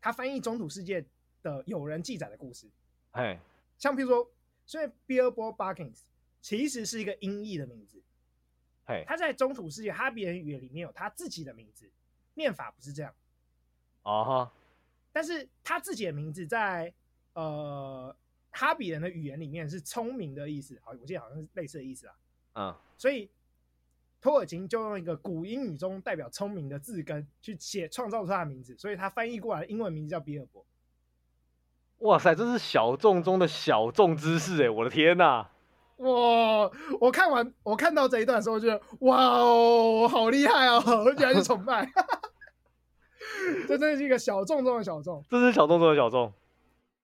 [SPEAKER 2] 他翻译中土世界的有人记载的故事，
[SPEAKER 1] 嘿，
[SPEAKER 2] 像譬如说，所以 Bilbo Baggins 其实是一个音译的名字，
[SPEAKER 1] 嘿，
[SPEAKER 2] 他在中土世界哈比人语言里面有他自己的名字，念法不是这样，
[SPEAKER 1] 哦哈，
[SPEAKER 2] 但是他自己的名字在呃哈比人的语言里面是聪明的意思，好，我记得好像是类似的意思啊，
[SPEAKER 1] 嗯，
[SPEAKER 2] 所以托尔金就用一个古英语中代表聪明的字根去写创造出他的名字，所以他翻译过来的英文名字叫比尔博。
[SPEAKER 1] 哇塞，这是小众中的小众知识哎，我的天呐、
[SPEAKER 2] 哇！我看完我看到这一段的时候，我觉得哇哦，好厉害哦， <laughs> 我居然是崇拜， <laughs> 这真的是一个小众中的小众，
[SPEAKER 1] 这是小众中的小众，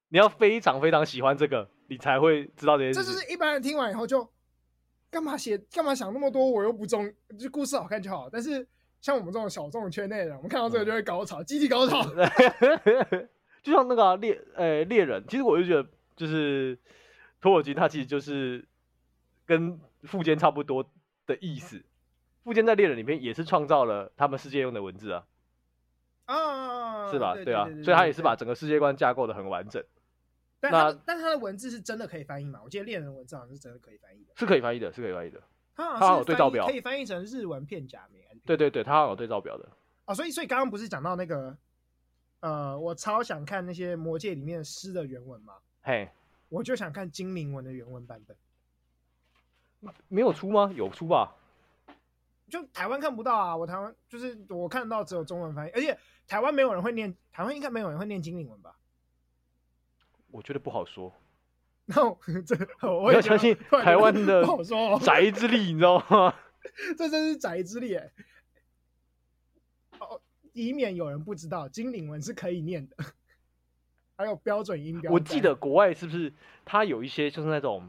[SPEAKER 1] 你要非常非常喜欢这个，你才会知道这件
[SPEAKER 2] 这
[SPEAKER 1] 事
[SPEAKER 2] 就
[SPEAKER 1] 情。
[SPEAKER 2] 是一般人听完以后就干嘛写干嘛想那么多，我又不中，就故事好看就好。但是像我们这种小众圈内的人，我们看到这个
[SPEAKER 1] 嗯
[SPEAKER 2] 就会高潮，集
[SPEAKER 1] <laughs>
[SPEAKER 2] 体高潮。
[SPEAKER 1] 就像那个啊、猎呃猎人，其实我就觉得就是托尔金，他其实就是跟富坚差不多的意思。富坚在猎人里面也是创造了他们世界用的文字啊，
[SPEAKER 2] 啊，
[SPEAKER 1] 是吧？
[SPEAKER 2] 对
[SPEAKER 1] 啊
[SPEAKER 2] 对对，
[SPEAKER 1] 所以他也
[SPEAKER 2] 对
[SPEAKER 1] 是把整个世界观架构的很完整，
[SPEAKER 2] 但他的
[SPEAKER 1] 那
[SPEAKER 2] 但他的文字是真的可以翻译嘛？我记得猎人文字好像是真的可以翻译的，
[SPEAKER 1] 是可以翻译的，是可以翻译的。
[SPEAKER 2] 他好
[SPEAKER 1] 它
[SPEAKER 2] 像
[SPEAKER 1] 有
[SPEAKER 2] 是
[SPEAKER 1] 对
[SPEAKER 2] 翻
[SPEAKER 1] 照
[SPEAKER 2] 译
[SPEAKER 1] 表
[SPEAKER 2] 可以翻译成日文片假名还是片
[SPEAKER 1] 对对对，他好像有对照表的。
[SPEAKER 2] 哦，所以所以刚刚不是讲到那个，呃，我超想看那些魔界里面诗的原文嘛，
[SPEAKER 1] 嘿，
[SPEAKER 2] 我就想看精灵文的原文版本，
[SPEAKER 1] 没有出吗？有出吧？
[SPEAKER 2] 就台湾看不到啊，我台湾就是我看到只有中文翻译，而且台湾没有人会念，台湾应该没有人会念精灵文吧？
[SPEAKER 1] 我觉得不好说，
[SPEAKER 2] 然后这我
[SPEAKER 1] 你
[SPEAKER 2] 也
[SPEAKER 1] 要
[SPEAKER 2] 觉
[SPEAKER 1] 相
[SPEAKER 2] 得
[SPEAKER 1] 信
[SPEAKER 2] 突然
[SPEAKER 1] 台
[SPEAKER 2] 觉得
[SPEAKER 1] 湾的
[SPEAKER 2] <laughs> 不好说、哦，
[SPEAKER 1] <laughs> 宅之力，你知
[SPEAKER 2] <laughs>
[SPEAKER 1] 道吗？
[SPEAKER 2] 这真是宅之力耶。哦，以免有人不知道精灵文是可以念的，还有标准音标在。
[SPEAKER 1] 我记得国外是不是它有一些就是那种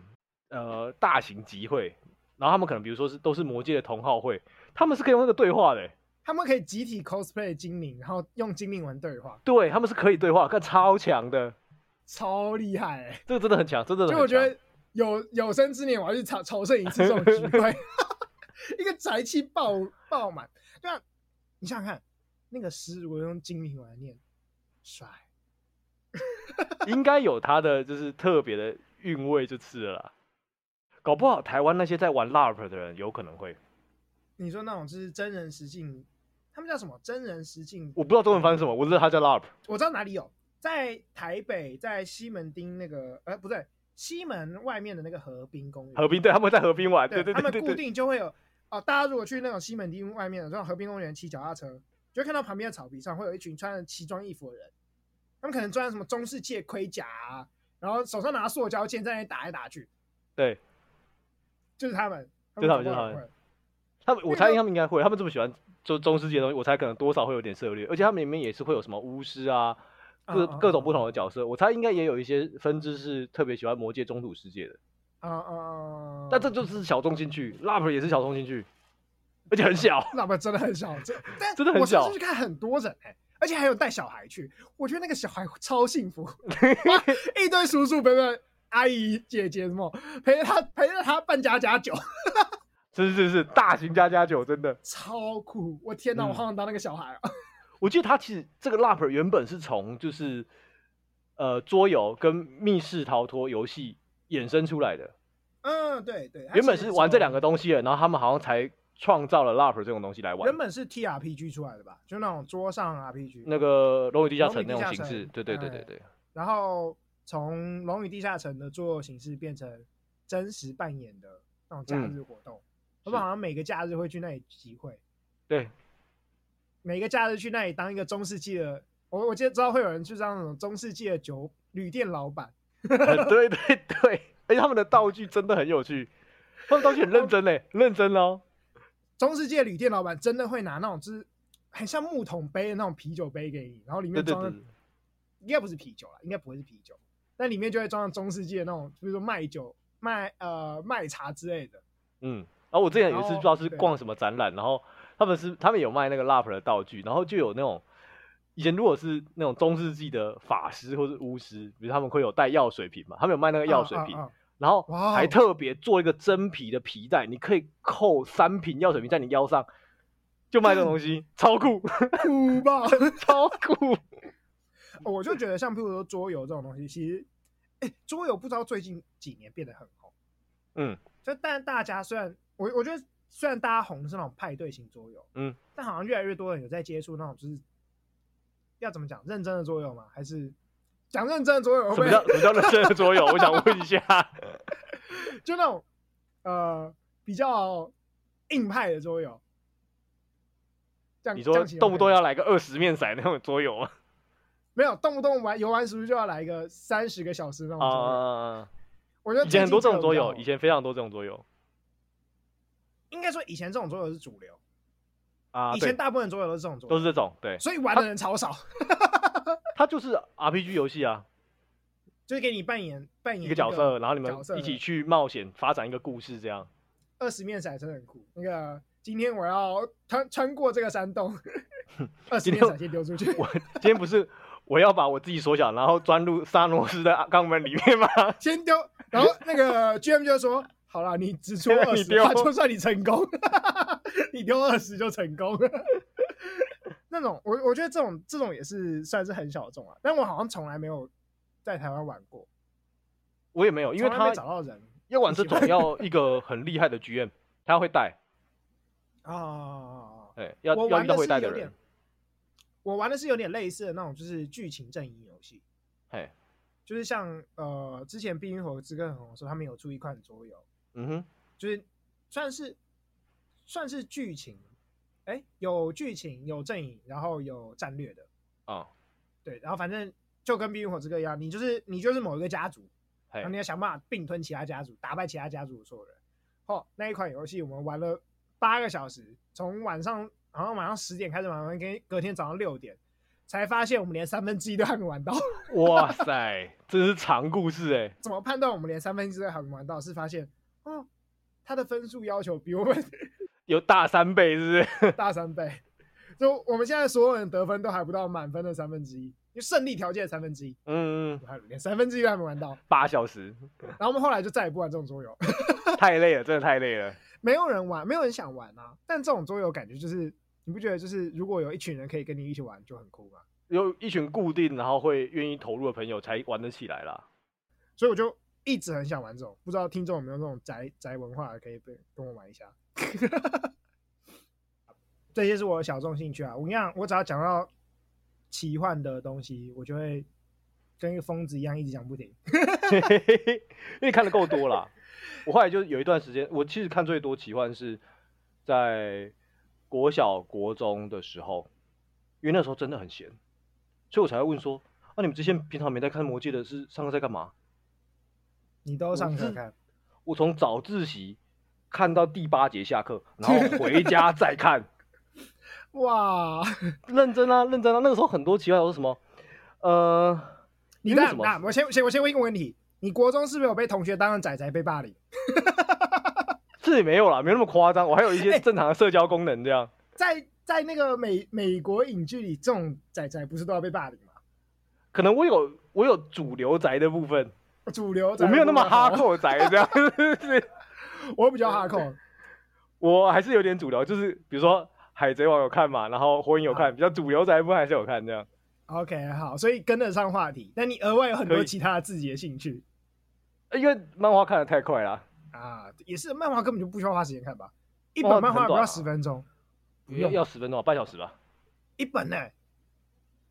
[SPEAKER 1] 呃大型集会，然后他们可能比如说是都是魔界的同好会，他们是可以用那个对话的欸，
[SPEAKER 2] 他们可以集体 cosplay 精灵，然后用精灵文对话，
[SPEAKER 1] 对他们是可以对话，看超强的，
[SPEAKER 2] 超厉害、欸。
[SPEAKER 1] 这个真的很强，真的很
[SPEAKER 2] 就
[SPEAKER 1] 强。
[SPEAKER 2] 我觉得有有生之年，我要去朝朝圣一次这
[SPEAKER 1] <laughs>
[SPEAKER 2] 种聚会，一个宅气爆爆满。对啊，你想想看，那个诗如果用精灵文来念，帅。
[SPEAKER 1] 应该有它的就是特别的韵味就是了啦。搞不好台湾那些在玩 LARP 的人有可能会，
[SPEAKER 2] 你说那种就是真人实境，他们叫什么？真人实境
[SPEAKER 1] 我不知道中文翻译什么，我知道它叫 LARP。
[SPEAKER 2] 我知道哪里有，在台北，在西门町那个，呃，不对，西门外面的那个河滨公园，
[SPEAKER 1] 河滨对，他们会在河滨玩，啊对对
[SPEAKER 2] 他
[SPEAKER 1] 对
[SPEAKER 2] 们
[SPEAKER 1] 对
[SPEAKER 2] 固
[SPEAKER 1] 对，
[SPEAKER 2] 定就会有哦。大家如果去那种西门町外面的这种河滨公园骑脚踏车，就会看到旁边的草皮上会有一群穿着奇装异服的人，他们可能穿着什么中世界盔甲啊，然后手上拿塑胶剑在那里打来打去，
[SPEAKER 1] 对
[SPEAKER 2] 就是他们，
[SPEAKER 1] 就是他们
[SPEAKER 2] 搞不好
[SPEAKER 1] 就是他们
[SPEAKER 2] 也会
[SPEAKER 1] 他们，我
[SPEAKER 2] 那个
[SPEAKER 1] 猜他们应该会，他们这么喜欢中中世界的东西，我猜可能多少会有点涉猎，而且他们里面也是会有什么巫师啊，各
[SPEAKER 2] 嗯嗯
[SPEAKER 1] 各种不
[SPEAKER 2] 嗯
[SPEAKER 1] 同的角色，我猜应该也有一些分支是特别喜欢魔界中土世界的，
[SPEAKER 2] 啊啊啊！啊
[SPEAKER 1] 但这就是小众兴趣，LARP 也是小众兴趣，而且很小， <laughs>
[SPEAKER 2] 那么真的很小，这但
[SPEAKER 1] 真的很
[SPEAKER 2] 我上
[SPEAKER 1] 小
[SPEAKER 2] 次去看很多人哎、而且还有带小孩去，我觉得那个小孩超
[SPEAKER 1] <laughs>
[SPEAKER 2] 幸福，一堆叔叔伯伯、阿姨、姐姐什么陪着他陪着他办家家酒， <laughs>
[SPEAKER 1] 是是是，大型加加酒，真的。
[SPEAKER 2] 超酷！我天哪，
[SPEAKER 1] 嗯
[SPEAKER 2] 我好想当那个小孩啊！ <laughs>
[SPEAKER 1] 我记得它其实这个 LARP 原本是从就是呃桌游跟密室逃脱游戏衍生出来的，
[SPEAKER 2] 嗯，对对，它
[SPEAKER 1] 原本
[SPEAKER 2] 其
[SPEAKER 1] 是
[SPEAKER 2] 实
[SPEAKER 1] 玩这两
[SPEAKER 2] 从
[SPEAKER 1] 个东西的，然后他们好像才创造了 LARP 这种东西来玩
[SPEAKER 2] 原。本是 T R P G 出来的吧，就那种桌上 R P G，
[SPEAKER 1] 那个《龙与地下
[SPEAKER 2] 龙
[SPEAKER 1] 城
[SPEAKER 2] 与》
[SPEAKER 1] 那
[SPEAKER 2] 地
[SPEAKER 1] 种
[SPEAKER 2] 下
[SPEAKER 1] 形式
[SPEAKER 2] 城，
[SPEAKER 1] 对对对对
[SPEAKER 2] 哎
[SPEAKER 1] 对，
[SPEAKER 2] 然后从《龙与地下城》的做形式变成真实扮演的那种假日活动，我
[SPEAKER 1] 嗯
[SPEAKER 2] 们
[SPEAKER 1] 是
[SPEAKER 2] 好像每个假日会去那里集会。哎
[SPEAKER 1] 对，
[SPEAKER 2] 每个假日去那里当一个中世纪的，我我记得知道会有人去当那种中世纪的酒旅店老板，
[SPEAKER 1] 对 <laughs> 对对，而且他们的道具真的很有趣，他们道具很认真嘞，很认真哦。
[SPEAKER 2] 中世纪的旅店老板真的会拿那种就是很像木桶杯的那种啤酒杯给你，然后里
[SPEAKER 1] 对
[SPEAKER 2] 面
[SPEAKER 1] 对
[SPEAKER 2] 装
[SPEAKER 1] 对
[SPEAKER 2] 的，应该不是啤酒啦，应该不会是啤酒，但里面就会装上中世纪的那种，比如说卖酒、卖呃卖茶之类的，
[SPEAKER 1] 嗯，然后我之前有一次
[SPEAKER 2] 然
[SPEAKER 1] 不
[SPEAKER 2] 后
[SPEAKER 1] 知道是
[SPEAKER 2] 哦对
[SPEAKER 1] 逛什么展览，然后他们是他们有卖那个 LARP 的道具，然后就有那种以前如果是那种中世纪的法师或是巫师，比如他们会有带药水瓶嘛，他们有卖那个药水瓶，
[SPEAKER 2] 啊啊啊
[SPEAKER 1] 然后
[SPEAKER 2] 哇
[SPEAKER 1] 还
[SPEAKER 2] 哦
[SPEAKER 1] 特别做一个真皮的皮带，你可以扣三瓶药水瓶在你腰上，就卖这种东西，超酷，
[SPEAKER 2] 酷爆！
[SPEAKER 1] 超酷。
[SPEAKER 2] <laughs> 我就觉得像譬如说桌游这种东西，其实，哎、桌游不知道最近几年变得很红。
[SPEAKER 1] 嗯，
[SPEAKER 2] 就但大家虽然我我觉得虽然大家红的是那种派对型桌游，
[SPEAKER 1] 嗯，
[SPEAKER 2] 但好像越来越多人有在接触那种就是要怎么讲认真的桌游吗？还是讲认真的桌游
[SPEAKER 1] 什
[SPEAKER 2] 会不
[SPEAKER 1] 么叫什
[SPEAKER 2] 会
[SPEAKER 1] 么叫认真的桌游？我想问一
[SPEAKER 2] <laughs>
[SPEAKER 1] 下，
[SPEAKER 2] 就那种呃比较硬派的桌游？这样
[SPEAKER 1] 你
[SPEAKER 2] 这
[SPEAKER 1] 说
[SPEAKER 2] 样形容
[SPEAKER 1] 动不
[SPEAKER 2] 可
[SPEAKER 1] 动
[SPEAKER 2] 以吗
[SPEAKER 1] 要来个二十面骰那种桌游吗？
[SPEAKER 2] 没有动不动玩游玩时不时就要来个三十个小时那种
[SPEAKER 1] 啊
[SPEAKER 2] 桌
[SPEAKER 1] 啊
[SPEAKER 2] 游？
[SPEAKER 1] 啊啊！啊
[SPEAKER 2] 我觉得
[SPEAKER 1] 以前很多这
[SPEAKER 2] 最
[SPEAKER 1] 种
[SPEAKER 2] 近
[SPEAKER 1] 桌
[SPEAKER 2] 比较
[SPEAKER 1] 游，
[SPEAKER 2] 红
[SPEAKER 1] 以前非常多这种桌游
[SPEAKER 2] 应该说以前这种桌游是主流，
[SPEAKER 1] 啊，
[SPEAKER 2] 以
[SPEAKER 1] 对
[SPEAKER 2] 前大部分桌游都是这种桌游，
[SPEAKER 1] 都是这种，对，
[SPEAKER 2] 所以玩的人超少，
[SPEAKER 1] 它就是 RPG 游戏啊，
[SPEAKER 2] 就是给你扮演扮演
[SPEAKER 1] 一个角色，然后你们
[SPEAKER 2] 嗯角色
[SPEAKER 1] 一起去冒险，发展一个故事，这样。
[SPEAKER 2] 二十面骰真的很酷。那个今天我要穿穿过这个
[SPEAKER 1] <laughs>
[SPEAKER 2] 山洞，二十
[SPEAKER 1] 今
[SPEAKER 2] 面
[SPEAKER 1] 天我
[SPEAKER 2] 骰先丢出去，
[SPEAKER 1] 我今天不是我要把我自己缩小，然后钻入沙罗斯的肛门里面吗？ <laughs>
[SPEAKER 2] 先丢，然后那个 GM 就说：“好了，你只出二
[SPEAKER 1] <laughs> 你
[SPEAKER 2] 十，
[SPEAKER 1] 丢
[SPEAKER 2] 就算你成功， <laughs> 你丢二十就成功了。” <laughs> 那种我我觉得这种这种也是算是很小众啊，但我好像从来没有在台湾玩过，
[SPEAKER 1] 我也没有，因为
[SPEAKER 2] 从来没
[SPEAKER 1] 他
[SPEAKER 2] 找到人
[SPEAKER 1] 要玩这
[SPEAKER 2] 一起玩
[SPEAKER 1] 种要一个很厉害的 GM，他会带，
[SPEAKER 2] 啊。
[SPEAKER 1] 对，要
[SPEAKER 2] 我
[SPEAKER 1] 要
[SPEAKER 2] 玩
[SPEAKER 1] 遇到
[SPEAKER 2] 的
[SPEAKER 1] 会
[SPEAKER 2] 是
[SPEAKER 1] 带的
[SPEAKER 2] 有点
[SPEAKER 1] 人，，
[SPEAKER 2] 我玩的是有点类似的那种，就是剧情阵营游戏，
[SPEAKER 1] 嘿，
[SPEAKER 2] 就是像呃之前《冰与火之歌》很红的时候，他们有出一款桌游，
[SPEAKER 1] 嗯哼，
[SPEAKER 2] 就是算是算是剧情，哎，有剧情有阵营，然后有战略的，
[SPEAKER 1] 啊，
[SPEAKER 2] 对，然后反正就跟《冰与火之歌》一样，你就是你就是某一个家族，
[SPEAKER 1] 嘿
[SPEAKER 2] 然后，你要想办法并吞其他家族，打败其他家族的所有人。哦，那一款游戏我们玩了八个小时，从晚上好像晚上十点开始玩，玩跟隔天早上六点，才发现我们连三分之一都还没玩到。 <laughs>
[SPEAKER 1] 哇塞，这是长故事哎、
[SPEAKER 2] 怎么判断我们连三分之一都还没玩到？是发现哦，他的分数要求比我们 <laughs>
[SPEAKER 1] 有大三倍是不是？
[SPEAKER 2] 大三倍，就我们现在所有人得分都还不到满分的三分之一，就胜利条件的三分之一，
[SPEAKER 1] 嗯，
[SPEAKER 2] 我还连三分之一都还没玩到。
[SPEAKER 1] 八小时，
[SPEAKER 2] 然后我们后来就再也不玩这种桌游。
[SPEAKER 1] 太累了，真的太累了。
[SPEAKER 2] 没有人玩，没有人想玩啊。但这种桌游感觉就是，你不觉得就是如果有一群人可以跟你一起玩就很酷吗？
[SPEAKER 1] 有一群固定然后会愿意投入的朋友才玩得起来啦。 <laughs>
[SPEAKER 2] 所以我就一直很想玩这种，不知道听众有没有那种宅宅文化的可以跟跟我玩一下。 <laughs> 这些是我的小众兴趣啊。我跟你讲，我只要讲到奇幻的东西，我就会跟一个疯子一样一直讲不停。
[SPEAKER 1] 嘿嘿嘿嘿因为看的够多啦。我后来就有一段时间，我其实看最多奇幻是在国小、国中的时候，因为那时候真的很闲，所以我才会问说：啊，你们之前平常没在看《魔戒》的是上课在干嘛？
[SPEAKER 2] 你都上课看，
[SPEAKER 1] 我从早自习看到第八节下课，然
[SPEAKER 2] <laughs>
[SPEAKER 1] 后回家再看。
[SPEAKER 2] 哇，
[SPEAKER 1] 认真啊，认真啊！那个时候很多奇幻，有什么？呃，
[SPEAKER 2] 你
[SPEAKER 1] 因为
[SPEAKER 2] 那
[SPEAKER 1] 什么
[SPEAKER 2] 那我先我先我先问一个问题：你国中是不是有被同学当成仔仔被霸凌？
[SPEAKER 1] 这也没有啦，没有那么夸张。我还有
[SPEAKER 2] <laughs>
[SPEAKER 1] 一些正常的社交功能这样。
[SPEAKER 2] 在在那个美美国影剧里，这种仔仔不是都要被霸凌吗？
[SPEAKER 1] 可能我有我有主流宅的部分，
[SPEAKER 2] 主流仔
[SPEAKER 1] 我没有那么
[SPEAKER 2] 不好
[SPEAKER 1] 哈，扣宅这样，是
[SPEAKER 2] 我比较哈扣。
[SPEAKER 1] <laughs> 我还是有点主流，就是比如说《海贼王》有看嘛，然后《火影》有
[SPEAKER 2] 啊
[SPEAKER 1] 看，比较主流宅的部分还是有看这样。
[SPEAKER 2] OK，好，所以跟得上话题，但你额外有很
[SPEAKER 1] 可
[SPEAKER 2] 多
[SPEAKER 1] 以
[SPEAKER 2] 其他自己的兴趣
[SPEAKER 1] 呃因为漫画看的太快了，
[SPEAKER 2] 啊，也是漫画根本就不需要花时间看吧？一
[SPEAKER 1] 漫
[SPEAKER 2] 本
[SPEAKER 1] 画
[SPEAKER 2] 漫画
[SPEAKER 1] 很
[SPEAKER 2] 不
[SPEAKER 1] 短啊
[SPEAKER 2] 要十分钟，不
[SPEAKER 1] 要
[SPEAKER 2] 用
[SPEAKER 1] 要十分钟啊，半小时吧，
[SPEAKER 2] 一本呢、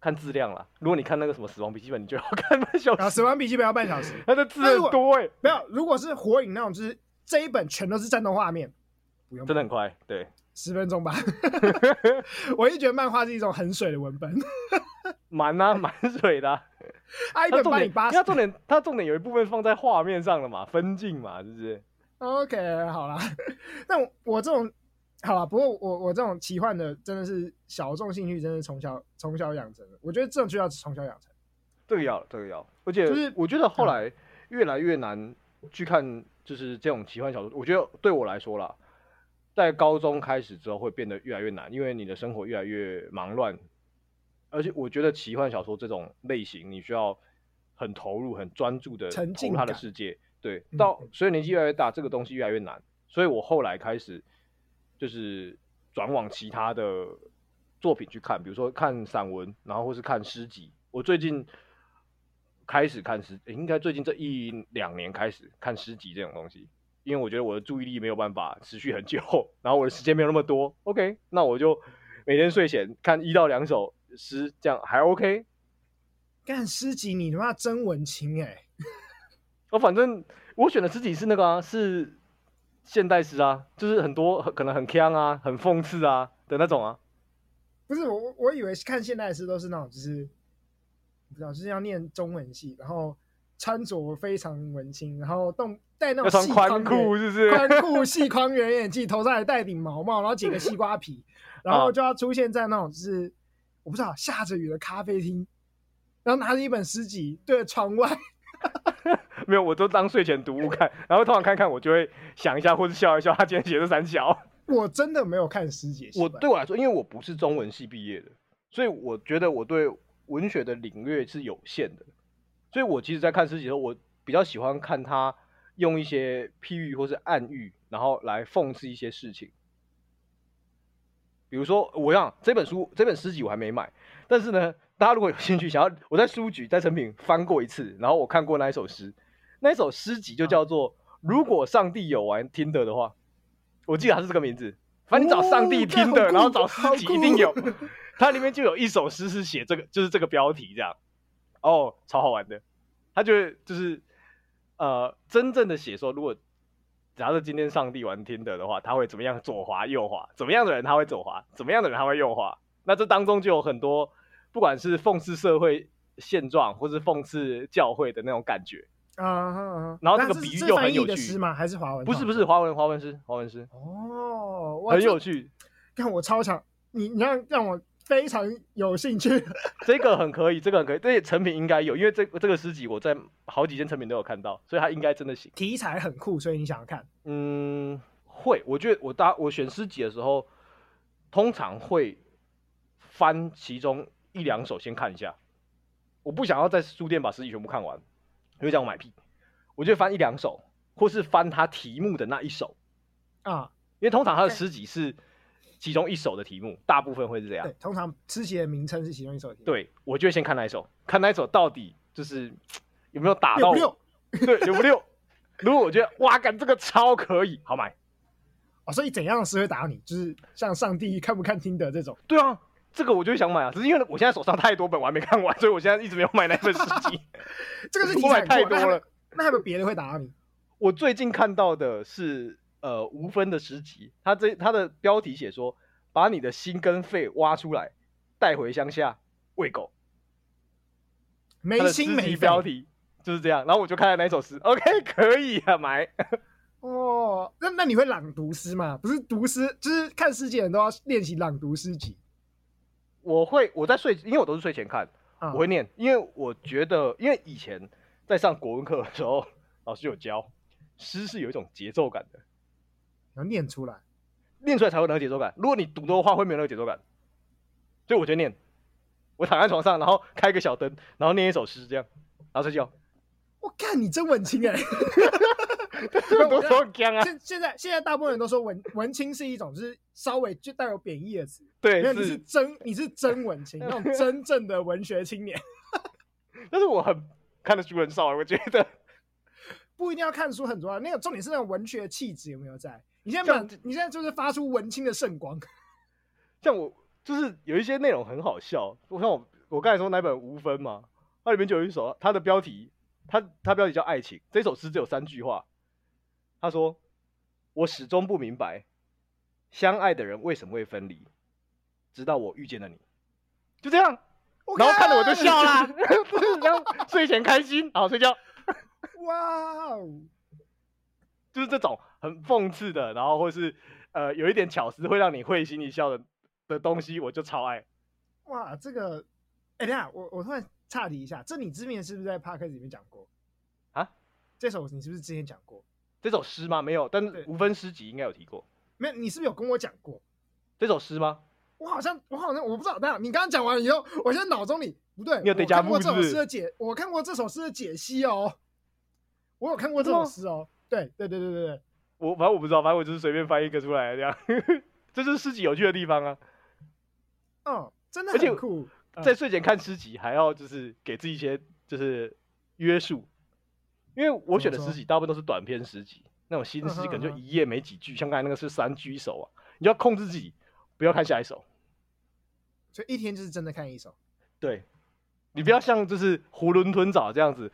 [SPEAKER 1] 看质量啦。如果你看那个什么《死亡笔记本》，你就要看半小
[SPEAKER 2] 然后《
[SPEAKER 1] 时，
[SPEAKER 2] 死亡啊笔记本》要半小时，
[SPEAKER 1] 它的字很多哎、
[SPEAKER 2] 没有，如果是《火影》那种，就是这一本全都是战斗画面，不用
[SPEAKER 1] 真的很快。对，
[SPEAKER 2] 十分钟吧。 <laughs> 我就觉得漫画是一种很水的文本， <laughs>
[SPEAKER 1] 蛮啊蛮水的啊、
[SPEAKER 2] 啊，一
[SPEAKER 1] 它
[SPEAKER 2] 本
[SPEAKER 1] 重
[SPEAKER 2] 帮你
[SPEAKER 1] 点
[SPEAKER 2] 八十
[SPEAKER 1] 它重点它重点有一部分放在画面上了嘛，分镜嘛，是不是？
[SPEAKER 2] OK，好啦， <laughs> 但我我这种好啦，不过我我这种奇幻的真的是小众兴趣，真的是从小从小养成的。我觉得这种就要从小养成。
[SPEAKER 1] 这个要，这个要，而且
[SPEAKER 2] 就是嗯
[SPEAKER 1] 我觉得后来越来越难去看就是这种奇幻小说，我觉得对我来说啦，在高中开始之后会变得越来越难，因为你的生活越来越忙乱，而且我觉得奇幻小说这种类型，你需要很投入、很专注的
[SPEAKER 2] 沉
[SPEAKER 1] 投
[SPEAKER 2] 浸
[SPEAKER 1] 入它的
[SPEAKER 2] 感
[SPEAKER 1] 世界。对，
[SPEAKER 2] 嗯
[SPEAKER 1] 到随着年纪越来越大，这个东西越来越难，所以我后来开始就是转往其他的作品去看，比如说看散文，然后或是看诗集。我最近开始看诗，诶应该最近这一两年开始看诗集这种东西，因为我觉得我的注意力没有办法持续很久，然后我的时间没有那么多。OK，那我就每天睡前看一到两首诗，这样还 OK。
[SPEAKER 2] 干诗集你他妈真文青哎、
[SPEAKER 1] 我、哦反正我选的诗集是那个啊，是现代诗啊，就是很多可能很腔啊、很讽刺啊的那种啊。
[SPEAKER 2] 不是我，我以为看现代诗都是那种，就是不知道，就是要念中文系，然后穿着非常文青，然后动戴那
[SPEAKER 1] 要
[SPEAKER 2] 种
[SPEAKER 1] 穿
[SPEAKER 2] 细
[SPEAKER 1] 宽
[SPEAKER 2] 框
[SPEAKER 1] 裤
[SPEAKER 2] 圆
[SPEAKER 1] 是不是？
[SPEAKER 2] 宽裤、细框圆眼镜，头上还戴顶毛帽，然后剪个西
[SPEAKER 1] <laughs>
[SPEAKER 2] 瓜皮，然后就要出现在那种就是我不知道下着雨的咖啡厅，然后拿着一本诗集对着窗外，
[SPEAKER 1] <laughs> 没有，我都当睡前读物看，然后通常看看我就会想一下或者笑一笑，他今天写的三小。
[SPEAKER 2] 我真的没有看诗集的习
[SPEAKER 1] 我
[SPEAKER 2] 惯，
[SPEAKER 1] 对我来说，因为我不是中文系毕业的，所以我觉得我对文学的领略是有限的。所以我其实，在看诗集的时候，我比较喜欢看他用一些譬喻或是暗喻，然后来讽刺一些事情。比如说，我让这本书这本诗集我还没买，但是呢，大家如果有兴趣，想要我在书局在成品翻过一次，然后我看过那一首诗，那一首诗集
[SPEAKER 2] 嗯
[SPEAKER 1] 就叫做《如果上帝有玩听的的话》，我记得它是这个名字。反正你找上帝
[SPEAKER 2] 哦干
[SPEAKER 1] 听的，
[SPEAKER 2] 好酷
[SPEAKER 1] 然后找诗集
[SPEAKER 2] 好酷
[SPEAKER 1] 一定有，它里面就有一首诗是写这个，就是这个标题这样，哦，超好玩的。他就会就是呃，真正的写说，如果假设今天上帝玩听的的话，他会怎么样左滑右滑？怎么样的人他会左滑？怎么样的人他会右滑？那这当中就有很多，不管是讽刺社会现状，或是讽刺教会的那种感觉。
[SPEAKER 2] 啊哈啊哈，
[SPEAKER 1] 然后这个
[SPEAKER 2] 那
[SPEAKER 1] 比喻
[SPEAKER 2] 是是
[SPEAKER 1] 又很
[SPEAKER 2] 翻译
[SPEAKER 1] 有
[SPEAKER 2] 的
[SPEAKER 1] 趣
[SPEAKER 2] 诗吗？还是华文？
[SPEAKER 1] 不是不是，华文华文诗，华文诗
[SPEAKER 2] 哦，哇
[SPEAKER 1] 很
[SPEAKER 2] 这
[SPEAKER 1] 有趣，
[SPEAKER 2] 看我超强，你你让让我非常有兴趣。 <laughs>
[SPEAKER 1] 这个很可以，这个很可以，这些成品应该有，因为这这个诗集我在好几间成品都有看到，所以它应该真的行。
[SPEAKER 2] 题材很酷，所以你想要看。
[SPEAKER 1] 嗯，会，我觉得我搭我选诗集的时候，通常会翻其中一两首先看一下，我不想要在书店把诗集全部看完，因为这样我买屁，我就翻一两首，或是翻它题目的那一首，
[SPEAKER 2] 啊，
[SPEAKER 1] 因为通常它的
[SPEAKER 2] 对
[SPEAKER 1] 诗集是其中一首的题目，大部分会是这样
[SPEAKER 2] 对。，通常诗集的名称是其中一首题。，
[SPEAKER 1] 对，我就会先看那一首，看那一首到底就是有没有打到
[SPEAKER 2] 六
[SPEAKER 1] 我，
[SPEAKER 2] 六
[SPEAKER 1] 对，有不六。如果我觉得哇，干这个超可以，好买。
[SPEAKER 2] 哦，所以怎样的诗会打你？就是像上帝看不看听的这种。
[SPEAKER 1] 对啊，这个我就会想买啊，只是因为我现在手上太多本我还没看完，所以我现在一直没有买那本诗集。
[SPEAKER 2] 这个是题
[SPEAKER 1] 我
[SPEAKER 2] 材
[SPEAKER 1] 买
[SPEAKER 2] 很
[SPEAKER 1] 太
[SPEAKER 2] 酷
[SPEAKER 1] 多了。。
[SPEAKER 2] 那还有那还有没有别的会打你？
[SPEAKER 1] <laughs> 我最近看到的是呃吴芬的诗集，他这他的标题写说把你的心跟肺挖出来，带回乡下喂狗。
[SPEAKER 2] 没
[SPEAKER 1] 他的
[SPEAKER 2] 心
[SPEAKER 1] 诗
[SPEAKER 2] 没
[SPEAKER 1] 集
[SPEAKER 2] 肺
[SPEAKER 1] 标题就是这样，然后我就看了那首诗，OK <laughs> 可以啊，买。
[SPEAKER 2] 哦，那那你会朗读诗吗？不是读诗，就是看诗集的人都要练习朗读诗集
[SPEAKER 1] 我会我在睡，因为我都是睡前看，
[SPEAKER 2] 啊。
[SPEAKER 1] 我会念，因为我觉得，因为以前在上国文课的时候，老师有教诗是有一种节奏感的，
[SPEAKER 2] 要念出来。
[SPEAKER 1] 念出来才会有那个节奏感。如果你读的话，会没有那个节奏感。所以我就念，我躺在床上，然后开个小灯，然后念一首诗，这样，然后睡觉。
[SPEAKER 2] 我看你真文青
[SPEAKER 1] <laughs>
[SPEAKER 2] 哎、
[SPEAKER 1] 这 <laughs> 有多多僵啊！
[SPEAKER 2] <laughs> 现现在现在大部分人都说文文青是一种就是稍微就带有贬义的词，
[SPEAKER 1] 对
[SPEAKER 2] 没有，，你是
[SPEAKER 1] 是，
[SPEAKER 2] 真你是真文青，那种真正的文学青年，
[SPEAKER 1] 但是我很看的书很少，我觉得
[SPEAKER 2] 不一定要看书很重要，那个重点是那种文学气质有没有在。你现在
[SPEAKER 1] 像
[SPEAKER 2] 满，你现在就是发出文青的
[SPEAKER 1] <laughs>
[SPEAKER 2] 圣光，
[SPEAKER 1] 像我就是有一些内容很好笑，我像我我刚才说那本无分嘛，它里面就有一首，它的标题，它它标题叫《爱情》，这首诗只有三句话，他说：“我始终不明白，相爱的人为什么会分离，直到我遇见了你。”就这样，然后看了我就
[SPEAKER 2] 啊
[SPEAKER 1] 笑啦， <laughs> 然后睡前开心，好睡觉，
[SPEAKER 2] <laughs> 哇哦，
[SPEAKER 1] 就是这种很讽刺的，然后或是呃有一点巧思会让你会心一笑的的东西，我就超爱。
[SPEAKER 2] 哇，这个，哎、等一下，我我突然岔题一下，这你之前是不是在 p a r k 里面讲过
[SPEAKER 1] 啊？
[SPEAKER 2] 这首你是不是之前讲过？
[SPEAKER 1] 这首诗吗？没有，但
[SPEAKER 2] 对
[SPEAKER 1] 是无分诗集应该有提过。
[SPEAKER 2] 没有，你是不是有跟我讲过？
[SPEAKER 1] 这首诗吗？
[SPEAKER 2] 我好像，我好像，我不知道。那你刚刚讲完以后，我现在脑中里不对，
[SPEAKER 1] 你有
[SPEAKER 2] 我
[SPEAKER 1] deja
[SPEAKER 2] 看过
[SPEAKER 1] vu
[SPEAKER 2] 这首
[SPEAKER 1] 是不
[SPEAKER 2] 诗
[SPEAKER 1] 是
[SPEAKER 2] 的解，我看过这首诗的解析哦。我有看过这首诗哦。对对对对对对，
[SPEAKER 1] 我反正我不知道，反正我就是随便翻一个出来这样。 <laughs> 这就是诗集有趣的地方啊，
[SPEAKER 2] 嗯，真的
[SPEAKER 1] 而且
[SPEAKER 2] 很酷。嗯
[SPEAKER 1] <laughs> 在睡前看诗集还要就是给自己一些就是约束，因为我选的诗集大部分都是短篇诗集，那种新诗
[SPEAKER 2] 嗯哼
[SPEAKER 1] 可能
[SPEAKER 2] 嗯
[SPEAKER 1] 就
[SPEAKER 2] 哼
[SPEAKER 1] 一页没几句，像刚才那个是三句一首啊，你就要控制自己不要看下一首。
[SPEAKER 2] 所以一天就是真的看一首。
[SPEAKER 1] 对，你不要像就是囫囵吞枣这样子，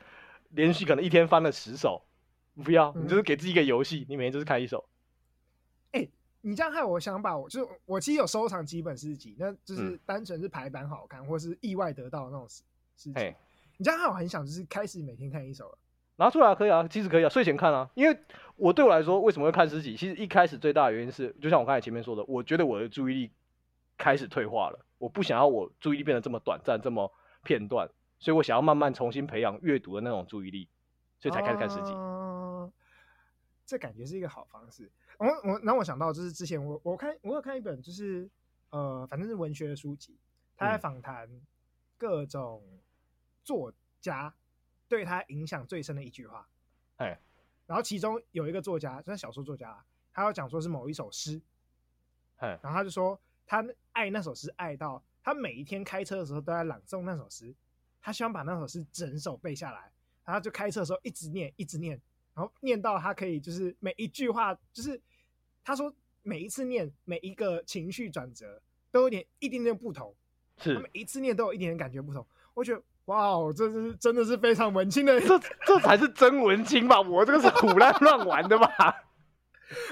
[SPEAKER 1] 连续可能一天翻了十首，不要，
[SPEAKER 2] 嗯
[SPEAKER 1] 你就是给自己一个游戏，你每天就是看一首。
[SPEAKER 2] 你这样害我想把我就是我其实有收藏几本诗集，那就是
[SPEAKER 1] 嗯
[SPEAKER 2] 单纯是排版好看，或是意外得到的那种诗诗集
[SPEAKER 1] 嘿。
[SPEAKER 2] 你这样害我很想就是开始每天看一首了。
[SPEAKER 1] 拿出来啊可以啊，其实可以啊，睡前看啊。因为我对我来说，为什么会看诗集？其实一开始最大的原因是，就像我刚才前面说的，我觉得我的注意力开始退化了，我不想要我注意力变得这么短暂、这么片段，所以我想要慢慢重新培养阅读的那种注意力，所以才开始看诗集。
[SPEAKER 2] 哦这感觉是一个好方式。我我让我想到就是之前我我看我有看一本就是呃反正是文学的书籍，他在
[SPEAKER 1] 嗯
[SPEAKER 2] 访谈各种作家对他影响最深的一句话。
[SPEAKER 1] 哎，
[SPEAKER 2] 然后其中有一个作家，就是小说作家，他要讲说是某一首诗，
[SPEAKER 1] 哎，
[SPEAKER 2] 然后他就说他爱那首诗爱到他每一天开车的时候都在朗诵那首诗，他希望把那首诗整首背下来，然后就开车的时候一直念一直念，然后念到他可以就是每一句话就是他说每一次念每一个情绪转折都有点一点点不同，他每
[SPEAKER 1] 是，
[SPEAKER 2] 一次念都有一点点感觉不同，我觉得哇哦，这是真的是非常文青的，
[SPEAKER 1] 这这才是真文青吧？我这个是胡乱乱玩的吧？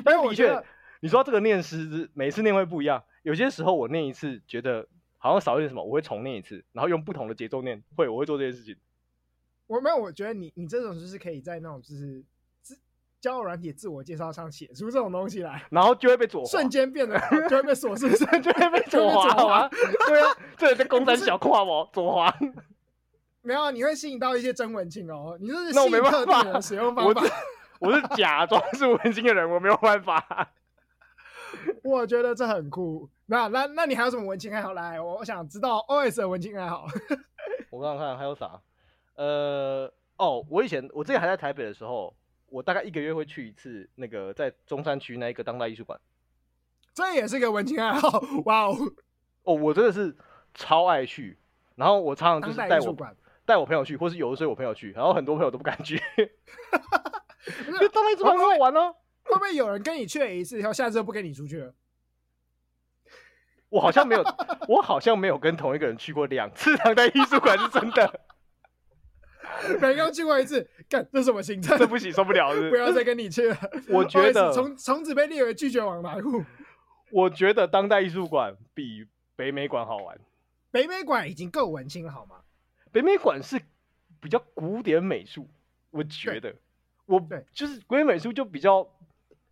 [SPEAKER 2] 没
[SPEAKER 1] 的
[SPEAKER 2] 有哎我觉得
[SPEAKER 1] 确，你说这个念诗，每次念会不一样。有些时候我念一次，觉得好像少一点什么，我会重念一次，然后用不同的节奏念。会，我会做这件事情。
[SPEAKER 2] 我没有，我觉得你你这种就是可以在那种就是自交友软体自我介绍上写出这种东西来，
[SPEAKER 1] 然后就会被左滑，
[SPEAKER 2] 瞬间变得就会被琐
[SPEAKER 1] <laughs>
[SPEAKER 2] 碎，
[SPEAKER 1] 间就会被
[SPEAKER 2] 就
[SPEAKER 1] 左
[SPEAKER 2] 会被
[SPEAKER 1] 滑，
[SPEAKER 2] 左
[SPEAKER 1] 好
[SPEAKER 2] 滑
[SPEAKER 1] 吗？ <laughs> 对啊，这在公山小跨我左滑，
[SPEAKER 2] 没有，啊你会吸引到一些真文青哦，你这
[SPEAKER 1] 那
[SPEAKER 2] 是吸
[SPEAKER 1] 我
[SPEAKER 2] 引
[SPEAKER 1] 没办
[SPEAKER 2] 特定的
[SPEAKER 1] 法
[SPEAKER 2] 使用方
[SPEAKER 1] 我
[SPEAKER 2] 法
[SPEAKER 1] 是。我是假装是文青的人，我没有办法。
[SPEAKER 2] 我觉得这很酷。那那那你还有什么文青爱好？来，我我想知道 OS 的文青爱好。
[SPEAKER 1] <laughs> 我看看还有啥？呃，哦，我以前我之前还在台北的时候，我大概一个月会去一次那个在中山区那一个当代艺术馆。
[SPEAKER 2] 这也是个文青爱好，
[SPEAKER 1] <laughs>
[SPEAKER 2] 哇哦！
[SPEAKER 1] 哦，我真的是超爱去，然后我常常就
[SPEAKER 2] 当
[SPEAKER 1] 是
[SPEAKER 2] 代
[SPEAKER 1] 带
[SPEAKER 2] 艺术
[SPEAKER 1] 我 <laughs>
[SPEAKER 2] 馆，
[SPEAKER 1] 带我朋友去，或是有的时候我朋友去，然后很多朋友都不敢去，
[SPEAKER 2] <laughs> 不
[SPEAKER 1] 因
[SPEAKER 2] 是
[SPEAKER 1] 为当代艺术馆很好玩哦。
[SPEAKER 2] 会不会有人跟你去了一次以后，下次就不跟你出去了？
[SPEAKER 1] 我好像没有，我好像没有跟同一个人去过两次当代艺术馆，是真的，
[SPEAKER 2] 每个人去过一次，干这是什么行程？
[SPEAKER 1] 这不行，受不了是不是
[SPEAKER 2] 不要再跟你去了。
[SPEAKER 1] <laughs> 我觉
[SPEAKER 2] OS
[SPEAKER 1] 得，
[SPEAKER 2] 从从此被列为拒绝往来户。
[SPEAKER 1] 我觉得当代艺术馆比北美馆好玩。
[SPEAKER 2] 北美馆已经够文青了，好吗？ <laughs>
[SPEAKER 1] 北美馆是比较古典美术，我觉得，我
[SPEAKER 2] 对
[SPEAKER 1] 就是古典美术就比较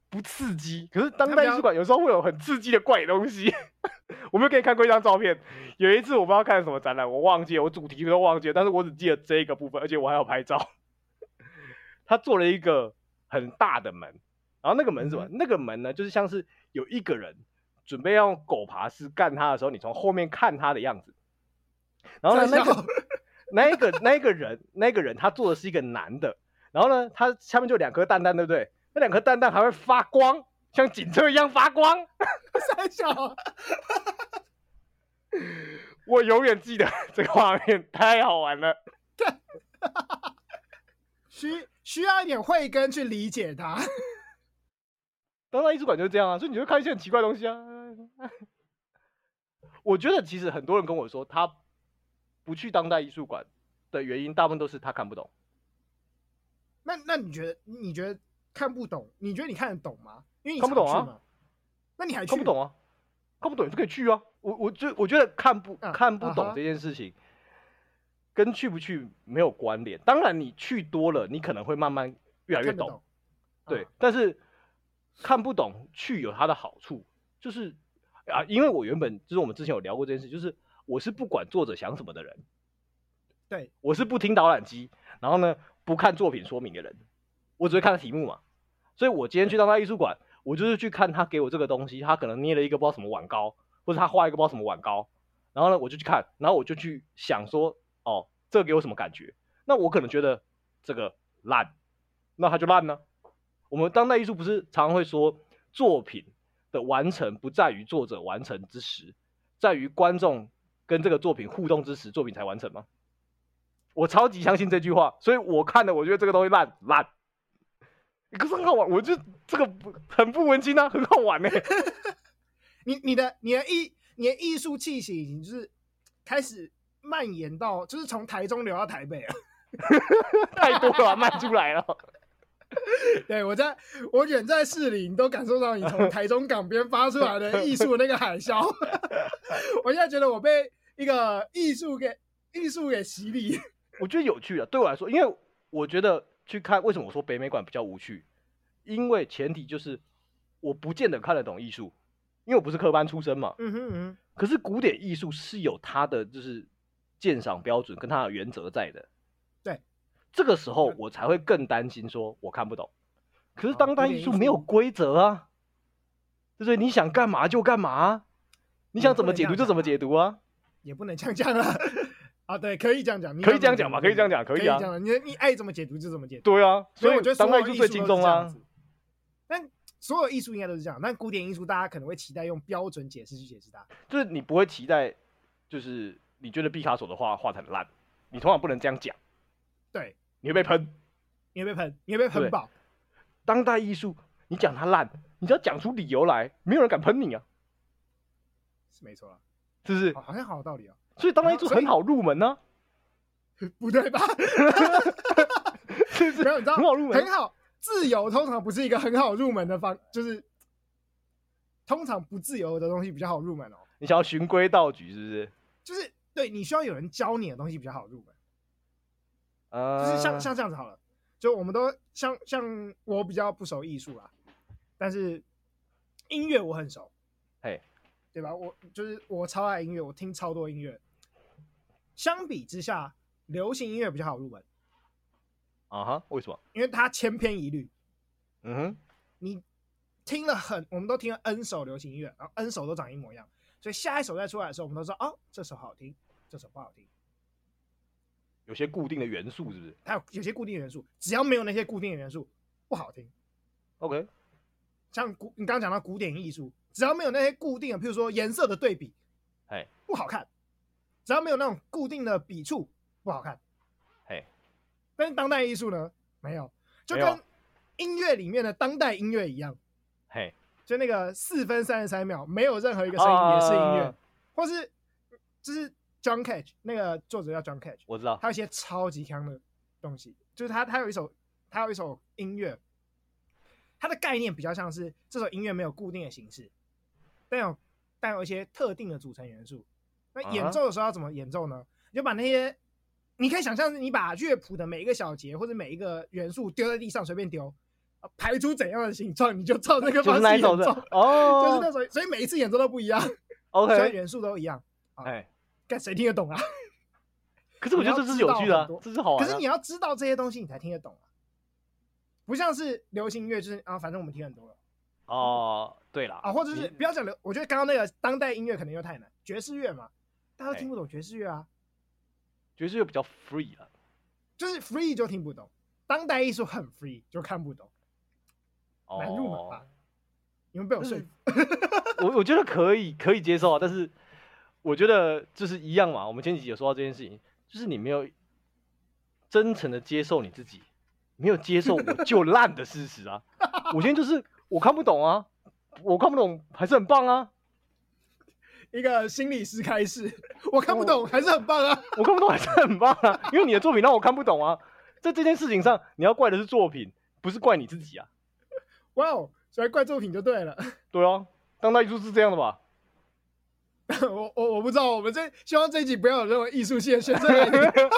[SPEAKER 1] 不刺激，可是当
[SPEAKER 2] 它比
[SPEAKER 1] 代艺
[SPEAKER 2] 较
[SPEAKER 1] 术馆有时候会有很刺激的怪东西。 <laughs> 我没有给你看过一张照片，有一次我不知道看什么展览，我忘记了，我主题都忘记了，但是我只记得这个部分，而且我还有拍照。 <laughs> 他做了一个很大的门，然后那个门是什么？
[SPEAKER 2] 嗯
[SPEAKER 1] 那个门呢，就是像是有一个人准备要用狗爬式干他的时候，你从后面看他的样子。然后呢，
[SPEAKER 2] 在
[SPEAKER 1] 那
[SPEAKER 2] 笑
[SPEAKER 1] 个 <laughs> 那一个那一个人那一个人他做的是一个男的，然后呢，他下面就有两颗蛋蛋，对不对？那两颗蛋蛋还会发光，像警车一样发光。
[SPEAKER 2] 三小，
[SPEAKER 1] 我永远记得 <laughs> 这个画面，太好玩了。
[SPEAKER 2] 需需要一点慧根去理解它。
[SPEAKER 1] 当代艺术馆就是这样啊，所以你会看一些很奇怪的东西啊。 <laughs> 我觉得其实很多人跟我说，他不去当代艺术馆的原因，大部分都是他看不懂。
[SPEAKER 2] 那那你觉得你觉得看不懂？你觉得你看得懂吗？因为你
[SPEAKER 1] 看不懂啊
[SPEAKER 2] 常去嘛。那你还去
[SPEAKER 1] 看不懂啊，看不懂你就可以去啊。我我就我觉得看不
[SPEAKER 2] 嗯
[SPEAKER 1] 看不
[SPEAKER 2] 啊
[SPEAKER 1] 懂
[SPEAKER 2] 哈
[SPEAKER 1] 这件事情，跟去不去没有关联。当然，你去多了，你可能会慢慢越啊来越
[SPEAKER 2] 看得
[SPEAKER 1] 懂，
[SPEAKER 2] 懂？
[SPEAKER 1] 对
[SPEAKER 2] 啊。
[SPEAKER 1] 但是看不懂去有它的好处，就是啊，因为我原本就是我们之前有聊过这件事，就是我是不管作者想什么的人，
[SPEAKER 2] 对
[SPEAKER 1] 我是不听导览机，然后呢不看作品说明的人，我只会看题目嘛。所以我今天去到他艺术馆，我就是去看他给我这个东西，他可能捏了一个不知道什么碗糕，或者他画一个不知道什么碗糕，然后呢我就去看，然后我就去想说，哦，这个给我什么感觉？那我可能觉得这个烂，那它就烂呢、我们当代艺术不是常常会说，作品的完成不在于作者完成之时，在于观众跟这个作品互动之时，作品才完成吗？我超级相信这句话，所以我看了，我觉得这个东西烂烂，可是很好玩，我就这个不很不文青啊，很好玩呢、
[SPEAKER 2] 你你的你的艺你的艺术气息已经就是开始蔓延到，就是从台中流到台北了。
[SPEAKER 1] <laughs> 太多了、啊，卖出来了。
[SPEAKER 2] 对我在我远在市里，你都感受到你从台中港边发出来的艺术那个海啸。 <laughs> 我现在觉得我被一个艺术给艺术给洗礼。
[SPEAKER 1] 我觉得有趣的，对我来说，因为我觉得去看，为什么我说北美馆比较无趣？因为前提就是我不见得看得懂艺术，因为我不是科班出身嘛。
[SPEAKER 2] 嗯哼嗯哼，
[SPEAKER 1] 可是古典艺术是有它的就是鉴赏标准跟它的原则在的。
[SPEAKER 2] 对，
[SPEAKER 1] 这个时候我才会更担心说我看不懂。可是
[SPEAKER 2] 哦
[SPEAKER 1] 当代
[SPEAKER 2] 古典
[SPEAKER 1] 艺术
[SPEAKER 2] 艺术
[SPEAKER 1] 没有规则啊，对不对？你想干嘛就干嘛啊，你想
[SPEAKER 2] 嗯也不
[SPEAKER 1] 怎么
[SPEAKER 2] 能
[SPEAKER 1] 解
[SPEAKER 2] 这
[SPEAKER 1] 读
[SPEAKER 2] 样
[SPEAKER 1] 就怎么
[SPEAKER 2] 讲
[SPEAKER 1] 解读啊。
[SPEAKER 2] 也不能这样讲了。啊，对，可以这样讲，你
[SPEAKER 1] 可以这样讲吧可以这样讲
[SPEAKER 2] 可
[SPEAKER 1] 可以
[SPEAKER 2] 这
[SPEAKER 1] 啊
[SPEAKER 2] 样讲，你你爱怎么解读就怎么解读。
[SPEAKER 1] 对啊，所
[SPEAKER 2] 所以
[SPEAKER 1] 以
[SPEAKER 2] 我觉得
[SPEAKER 1] 当
[SPEAKER 2] 所
[SPEAKER 1] 代
[SPEAKER 2] 有
[SPEAKER 1] 艺术
[SPEAKER 2] 艺
[SPEAKER 1] 最
[SPEAKER 2] 术
[SPEAKER 1] 轻
[SPEAKER 2] 都
[SPEAKER 1] 松
[SPEAKER 2] 是这样
[SPEAKER 1] 啊
[SPEAKER 2] 子。。但所有艺术应该都是这样，但古典艺术大家可能会期待用标准解释去解释它。
[SPEAKER 1] 就是你不会期待，就是你觉得毕卡索的画画得很烂，你通常不能这样讲，
[SPEAKER 2] 对，
[SPEAKER 1] 你会被喷。
[SPEAKER 2] 你会被喷，你会被
[SPEAKER 1] 对
[SPEAKER 2] 喷爆。
[SPEAKER 1] 当代艺术，你讲它烂，你只要讲出理由来，没有人敢喷你啊，
[SPEAKER 2] 是没错啦，
[SPEAKER 1] 是不是
[SPEAKER 2] 好？好像好有道理哦、
[SPEAKER 1] 所以当代艺术很好入门啊呢、
[SPEAKER 2] 不对吧？
[SPEAKER 1] <laughs> 是不
[SPEAKER 2] 没
[SPEAKER 1] 是？
[SPEAKER 2] 有，你知道
[SPEAKER 1] 很好入门
[SPEAKER 2] 很好。自由通常不是一个很好入门的方，就是通常不自由的东西比较好入门哦。
[SPEAKER 1] 你想要循规蹈矩，是不是？
[SPEAKER 2] 就是对你需要有人教你的东西比较好入门，
[SPEAKER 1] 呃，
[SPEAKER 2] 就是像像这样子好了。就我们都像像我比较不熟艺术啦，但是音乐我很熟，
[SPEAKER 1] 嘿，
[SPEAKER 2] 对吧？我就是我超爱音乐，我听超多音乐。相比之下，流行音乐比较好入门，
[SPEAKER 1] 啊哈，为什么？
[SPEAKER 2] 因为它千篇一律。
[SPEAKER 1] 嗯哼，
[SPEAKER 2] 你听了很，我们都听了 N 首流行音乐，然后 N 首都长一模一样，所以下一首再出来的时候，我们都知道哦，这首好听，这首不好听。
[SPEAKER 1] 有些固定的元素，是不是
[SPEAKER 2] 还有有些固定元素，只要没有那些固定元素，不好听。
[SPEAKER 1] ？OK，
[SPEAKER 2] 像古你刚刚讲到古典艺术，只要没有那些固定的，譬如说颜色的对比，
[SPEAKER 1] 嘿，
[SPEAKER 2] 不好看；只要没有那种固定的笔触，不好看。
[SPEAKER 1] 嘿，
[SPEAKER 2] 但是当代艺术呢，没有，就
[SPEAKER 1] 没有
[SPEAKER 2] 跟音乐里面的当代音乐一样，
[SPEAKER 1] 嘿，
[SPEAKER 2] 就那个四分三十三秒，没有任何一个声音也是音乐，
[SPEAKER 1] 啊
[SPEAKER 2] 或是就是 John Cage 那个作者叫 John Cage，
[SPEAKER 1] 我知道。
[SPEAKER 2] 他有一些超级强的东西，就是他他有一首他有一首音乐，它的概念比较像是这首音乐没有固定的形式，但有但有一些特定的组成元素。那
[SPEAKER 1] 啊哈
[SPEAKER 2] 演奏的时候要怎么演奏呢？你就把那些你可以想象，你把乐谱的每一个小节或者每一个元素丢在地上随便丢，呃排出怎样的形状，你就照那个
[SPEAKER 1] <laughs> 就
[SPEAKER 2] 方
[SPEAKER 1] 是
[SPEAKER 2] 式
[SPEAKER 1] 那一
[SPEAKER 2] 演
[SPEAKER 1] 种
[SPEAKER 2] 奏。 <laughs>
[SPEAKER 1] 的
[SPEAKER 2] 就是
[SPEAKER 1] 哦
[SPEAKER 2] 那种，所以每一次演奏都不一样，虽然
[SPEAKER 1] ，OK，
[SPEAKER 2] 元素都一样，
[SPEAKER 1] 哎，
[SPEAKER 2] 但谁听得懂啊？
[SPEAKER 1] 可是我觉得这是有趣的、啊
[SPEAKER 2] 你要知道很，多
[SPEAKER 1] 这是好玩、
[SPEAKER 2] 可
[SPEAKER 1] 啊。
[SPEAKER 2] 是你要知道这些东西，你才听得懂啊。不像是流行音乐，就是啊，反正我们听很多了
[SPEAKER 1] 哦，对了
[SPEAKER 2] 啊，或者是
[SPEAKER 1] 你
[SPEAKER 2] 不要讲流，我觉得刚刚那个当代音乐可能又太难，爵士乐嘛，大
[SPEAKER 1] 哎
[SPEAKER 2] 家都听不懂爵士乐啊，
[SPEAKER 1] 爵士乐比较 free 了。
[SPEAKER 2] 就是 free 就听不懂，当代艺术很 free 就看不懂，
[SPEAKER 1] 哦，
[SPEAKER 2] 难入门吧？啊你们被我说服，
[SPEAKER 1] 我我觉得可以可以接受啊，但是我觉得就是一样嘛。我们前几集有说到这件事情，就是你没有真诚的接受你自己，没有接受我就烂的事实啊。我今天就是我看不懂啊，我看不懂还是很棒啊，
[SPEAKER 2] 一个心理师开示，我
[SPEAKER 1] 哦
[SPEAKER 2] 看不懂还是很棒啊，
[SPEAKER 1] 我看不懂还是很棒啊，因为你的作品让我看不懂啊。在这件事情上，你要怪的是作品，不是怪你自己啊。
[SPEAKER 2] 哇哦，所以怪作品就对了。 <laughs>
[SPEAKER 1] 对啊，当代艺术是这样的吧？
[SPEAKER 2] 我我我不知道，我们这希望这一集不要有任何艺术系
[SPEAKER 1] <laughs>
[SPEAKER 2] 的学生来听。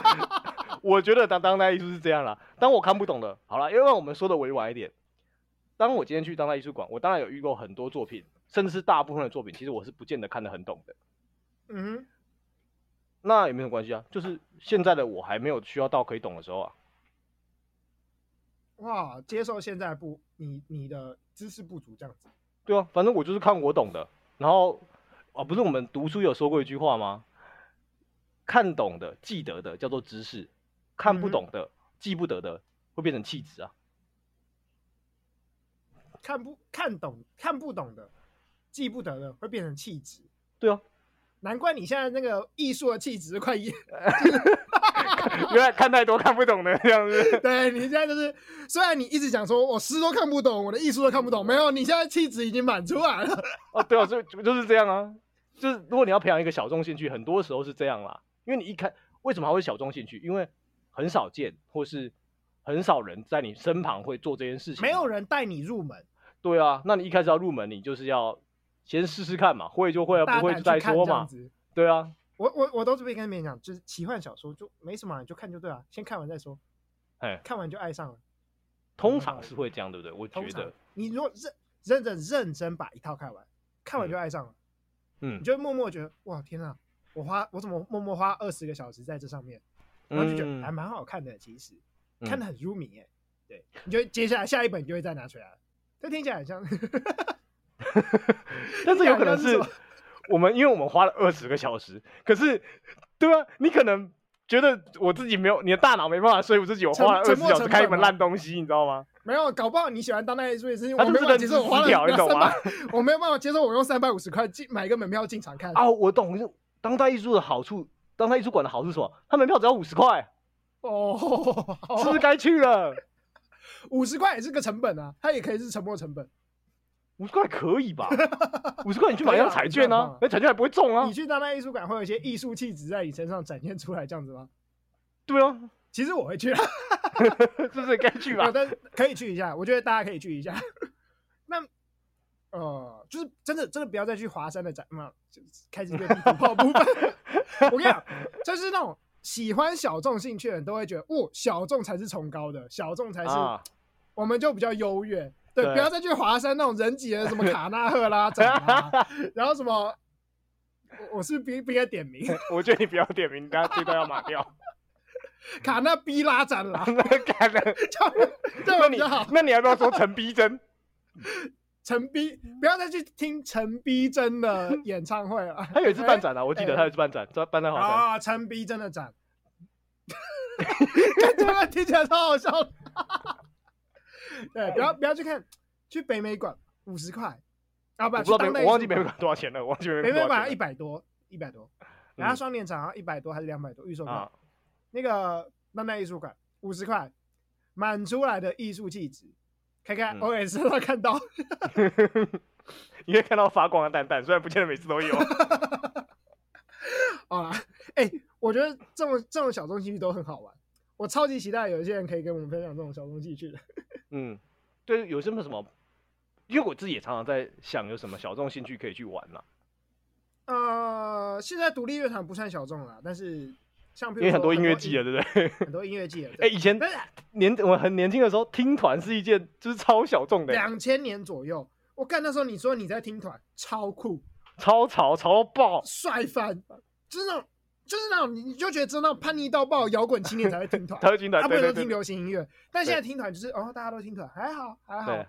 [SPEAKER 1] 我觉得当当代艺术是这样啦。当我看不懂的，好了，因为我们说的委婉一点，当我今天去当代艺术馆，我当然有遇过很多作品，甚至是大部分的作品，其实我是不见得看得很懂的。
[SPEAKER 2] <laughs> 嗯哼，
[SPEAKER 1] 那也没什么关系啊，就是现在的我还没有需要到可以懂的时候啊。
[SPEAKER 2] 哇，接受现在不你你的知识不足这样子。
[SPEAKER 1] 对啊，反正我就是看我懂的。然后啊，不是我们读书有说过一句话吗？看懂的、记得的叫做知识，看不
[SPEAKER 2] 嗯
[SPEAKER 1] 懂的、记不得的会变成气质啊。
[SPEAKER 2] 看不看懂、看不懂的、记不得的，会变成气质。
[SPEAKER 1] 对啊，
[SPEAKER 2] 难怪你现在那个艺术的气质快一，
[SPEAKER 1] 原来看太多看不懂的这样子。
[SPEAKER 2] <laughs> 对你现在就是，虽然你一直讲说我诗都看不懂，我的艺术都看不懂，没有，你现在气质已经满出来了。 <laughs>
[SPEAKER 1] 哦，对啊，就就是这样啊。就是如果你要培养一个小众兴趣，很多时候是这样啦。因为你一开为什么还会小众兴趣？因为很少见，或是很少人在你身旁会做这件事情。
[SPEAKER 2] 没有人带你入门，
[SPEAKER 1] 对啊，那你一开始要入门，你就是要先试试看嘛，会就会啊，
[SPEAKER 2] 大
[SPEAKER 1] 不会就
[SPEAKER 2] 胆去
[SPEAKER 1] 再
[SPEAKER 2] 看
[SPEAKER 1] 说
[SPEAKER 2] 这样
[SPEAKER 1] 嘛。
[SPEAKER 2] 子。
[SPEAKER 1] 对啊，
[SPEAKER 2] 我我我都这边跟别人讲，就是奇幻小说就没什么，你就看就对了，先看完再说，
[SPEAKER 1] 哎，
[SPEAKER 2] 看完就爱上了。
[SPEAKER 1] 通常是会这样，对不对？我
[SPEAKER 2] 嗯通
[SPEAKER 1] 觉
[SPEAKER 2] 常
[SPEAKER 1] 得，
[SPEAKER 2] 你如果认认真认真把一套看完，看完就爱上了。
[SPEAKER 1] 嗯
[SPEAKER 2] 你，就会默默觉得哇天啊，我花我怎么默默花二十个小时在这上面，然后就觉
[SPEAKER 1] 嗯
[SPEAKER 2] 得还蛮好看的，其实
[SPEAKER 1] 嗯
[SPEAKER 2] 看得很入迷哎、对，你就接下来下一本你就会再拿出来了，这听起来很像， <laughs>
[SPEAKER 1] <laughs> 但是有可能
[SPEAKER 2] 你
[SPEAKER 1] 是
[SPEAKER 2] 想一下是
[SPEAKER 1] 我们，因为我们花了二十个小时，可是，对啊，你可能觉得我自己没有，你的大脑没办法说服自己，我
[SPEAKER 2] 沉
[SPEAKER 1] 花了二
[SPEAKER 2] 沉
[SPEAKER 1] 十
[SPEAKER 2] 没
[SPEAKER 1] 小
[SPEAKER 2] 成
[SPEAKER 1] 时看一
[SPEAKER 2] 本
[SPEAKER 1] 本
[SPEAKER 2] 吗
[SPEAKER 1] 烂东西，你知道吗？
[SPEAKER 2] 没有，搞不好你喜欢当代艺术也是，
[SPEAKER 1] 他
[SPEAKER 2] 我
[SPEAKER 1] 就
[SPEAKER 2] 没
[SPEAKER 1] 是
[SPEAKER 2] 办法
[SPEAKER 1] 认
[SPEAKER 2] 接
[SPEAKER 1] 知
[SPEAKER 2] 受，我花
[SPEAKER 1] 失
[SPEAKER 2] 了
[SPEAKER 1] 调，你懂吗
[SPEAKER 2] 300？我没有办法接受，我用三百五十块进买个门票进场看，
[SPEAKER 1] 啊，我懂，就当代艺术的好处，当代艺术馆的好处是什么？它门票只要五十块，
[SPEAKER 2] 哦，
[SPEAKER 1] 是不是该去了？
[SPEAKER 2] 五十块也是个成本啊，它也可以是沉没成本，
[SPEAKER 1] 五十块可以吧？五十块你去买一
[SPEAKER 2] 可
[SPEAKER 1] 张
[SPEAKER 2] 以啊
[SPEAKER 1] 彩
[SPEAKER 2] 五十块
[SPEAKER 1] 券
[SPEAKER 2] 很棒
[SPEAKER 1] 啊
[SPEAKER 2] 啊，
[SPEAKER 1] 那彩券还不会中啊
[SPEAKER 2] 你？去当代艺术馆会有一些艺术气质在你身上展现出来，这样子吗？ <laughs>
[SPEAKER 1] 对啊，
[SPEAKER 2] 其实我会去啊。
[SPEAKER 1] <laughs> 是不是该去吧
[SPEAKER 2] 有？的可以去一下，我觉得大家可以去一下。 <laughs> 那呃，就是真的真的不要再去华山的展嘛，就是开始变地图炮部分。 <laughs> 我跟你讲，就是那种喜欢小众兴趣的人都会觉得，哦，小众才是崇高的，小众才是、
[SPEAKER 1] 啊，
[SPEAKER 2] 我们就比较优越。对，
[SPEAKER 1] 对
[SPEAKER 2] 不要再去华山那种人挤人，什么卡纳赫拉展啊， <laughs> 然后什么，我我是不不应该
[SPEAKER 1] <laughs>
[SPEAKER 2] 点名
[SPEAKER 1] 我觉得你不要点名，大家这段要码
[SPEAKER 2] <laughs>
[SPEAKER 1] 掉。 <laughs>
[SPEAKER 2] 卡纳比拉展啦，
[SPEAKER 1] 干了，
[SPEAKER 2] 这样 <laughs> 这
[SPEAKER 1] 那
[SPEAKER 2] 样
[SPEAKER 1] 你
[SPEAKER 2] 比较好。
[SPEAKER 1] 那你要不要说陈逼真？
[SPEAKER 2] 陈逼，不要再去听陈逼真的演唱会了。
[SPEAKER 1] 他有一次办展啊，我记得
[SPEAKER 2] 哎
[SPEAKER 1] 他有一次办展，在办在华山。
[SPEAKER 2] 啊，陈逼真的展，看这个听起来超好笑的。对，不要不要去看，去北美馆五十块，啊不，
[SPEAKER 1] 我不
[SPEAKER 2] 去
[SPEAKER 1] 知道
[SPEAKER 2] 当
[SPEAKER 1] 北，
[SPEAKER 2] 代
[SPEAKER 1] 我忘记
[SPEAKER 2] 艺术
[SPEAKER 1] 北
[SPEAKER 2] 馆
[SPEAKER 1] 美馆多少钱了，我忘记北
[SPEAKER 2] 北
[SPEAKER 1] 美
[SPEAKER 2] 美
[SPEAKER 1] 馆
[SPEAKER 2] 馆一
[SPEAKER 1] 多
[SPEAKER 2] 百多，一百多，
[SPEAKER 1] 嗯
[SPEAKER 2] 然后双年展好像一百多还是两百多预售
[SPEAKER 1] 少钱
[SPEAKER 2] 票
[SPEAKER 1] 啊，， <laughs>
[SPEAKER 2] 那个当代艺术馆五十块，满出来的艺术气质，看看
[SPEAKER 1] 嗯
[SPEAKER 2] OS 都看到。
[SPEAKER 1] 你可以看到发光的蛋蛋，虽然不见得每次
[SPEAKER 2] <laughs>
[SPEAKER 1] 都有。
[SPEAKER 2] 好啦，哎、我觉得这种这种小众兴趣都很好玩，我超级期待有一些人可以跟我们分享这种小众兴趣的。
[SPEAKER 1] 嗯，对，有什么什么？因为我自己也常常在想，有什么小众兴趣可以去玩啦、
[SPEAKER 2] 呃，现在独立乐团不算小众啦，但是像譬如
[SPEAKER 1] 因为很
[SPEAKER 2] 说
[SPEAKER 1] 多音乐季了，，对不对？
[SPEAKER 2] 很多音乐季了，
[SPEAKER 1] <laughs> 哎、
[SPEAKER 2] 对
[SPEAKER 1] 以前
[SPEAKER 2] 但是
[SPEAKER 1] 年我很年轻的时候，听团是一件就是超小众的、
[SPEAKER 2] 两千年左右，我干那时候你说你在听团，超酷，
[SPEAKER 1] 超潮潮到爆。
[SPEAKER 2] 帅翻，就是那种就是那种你你就觉得真的叛逆到爆，摇滚青年才会听
[SPEAKER 1] <laughs>
[SPEAKER 2] 团，
[SPEAKER 1] 他会听团，
[SPEAKER 2] 他不
[SPEAKER 1] 对对
[SPEAKER 2] 能都
[SPEAKER 1] 对对，
[SPEAKER 2] 听流行音乐，但现在听团就是哦，大家都听团，还好还好
[SPEAKER 1] 对。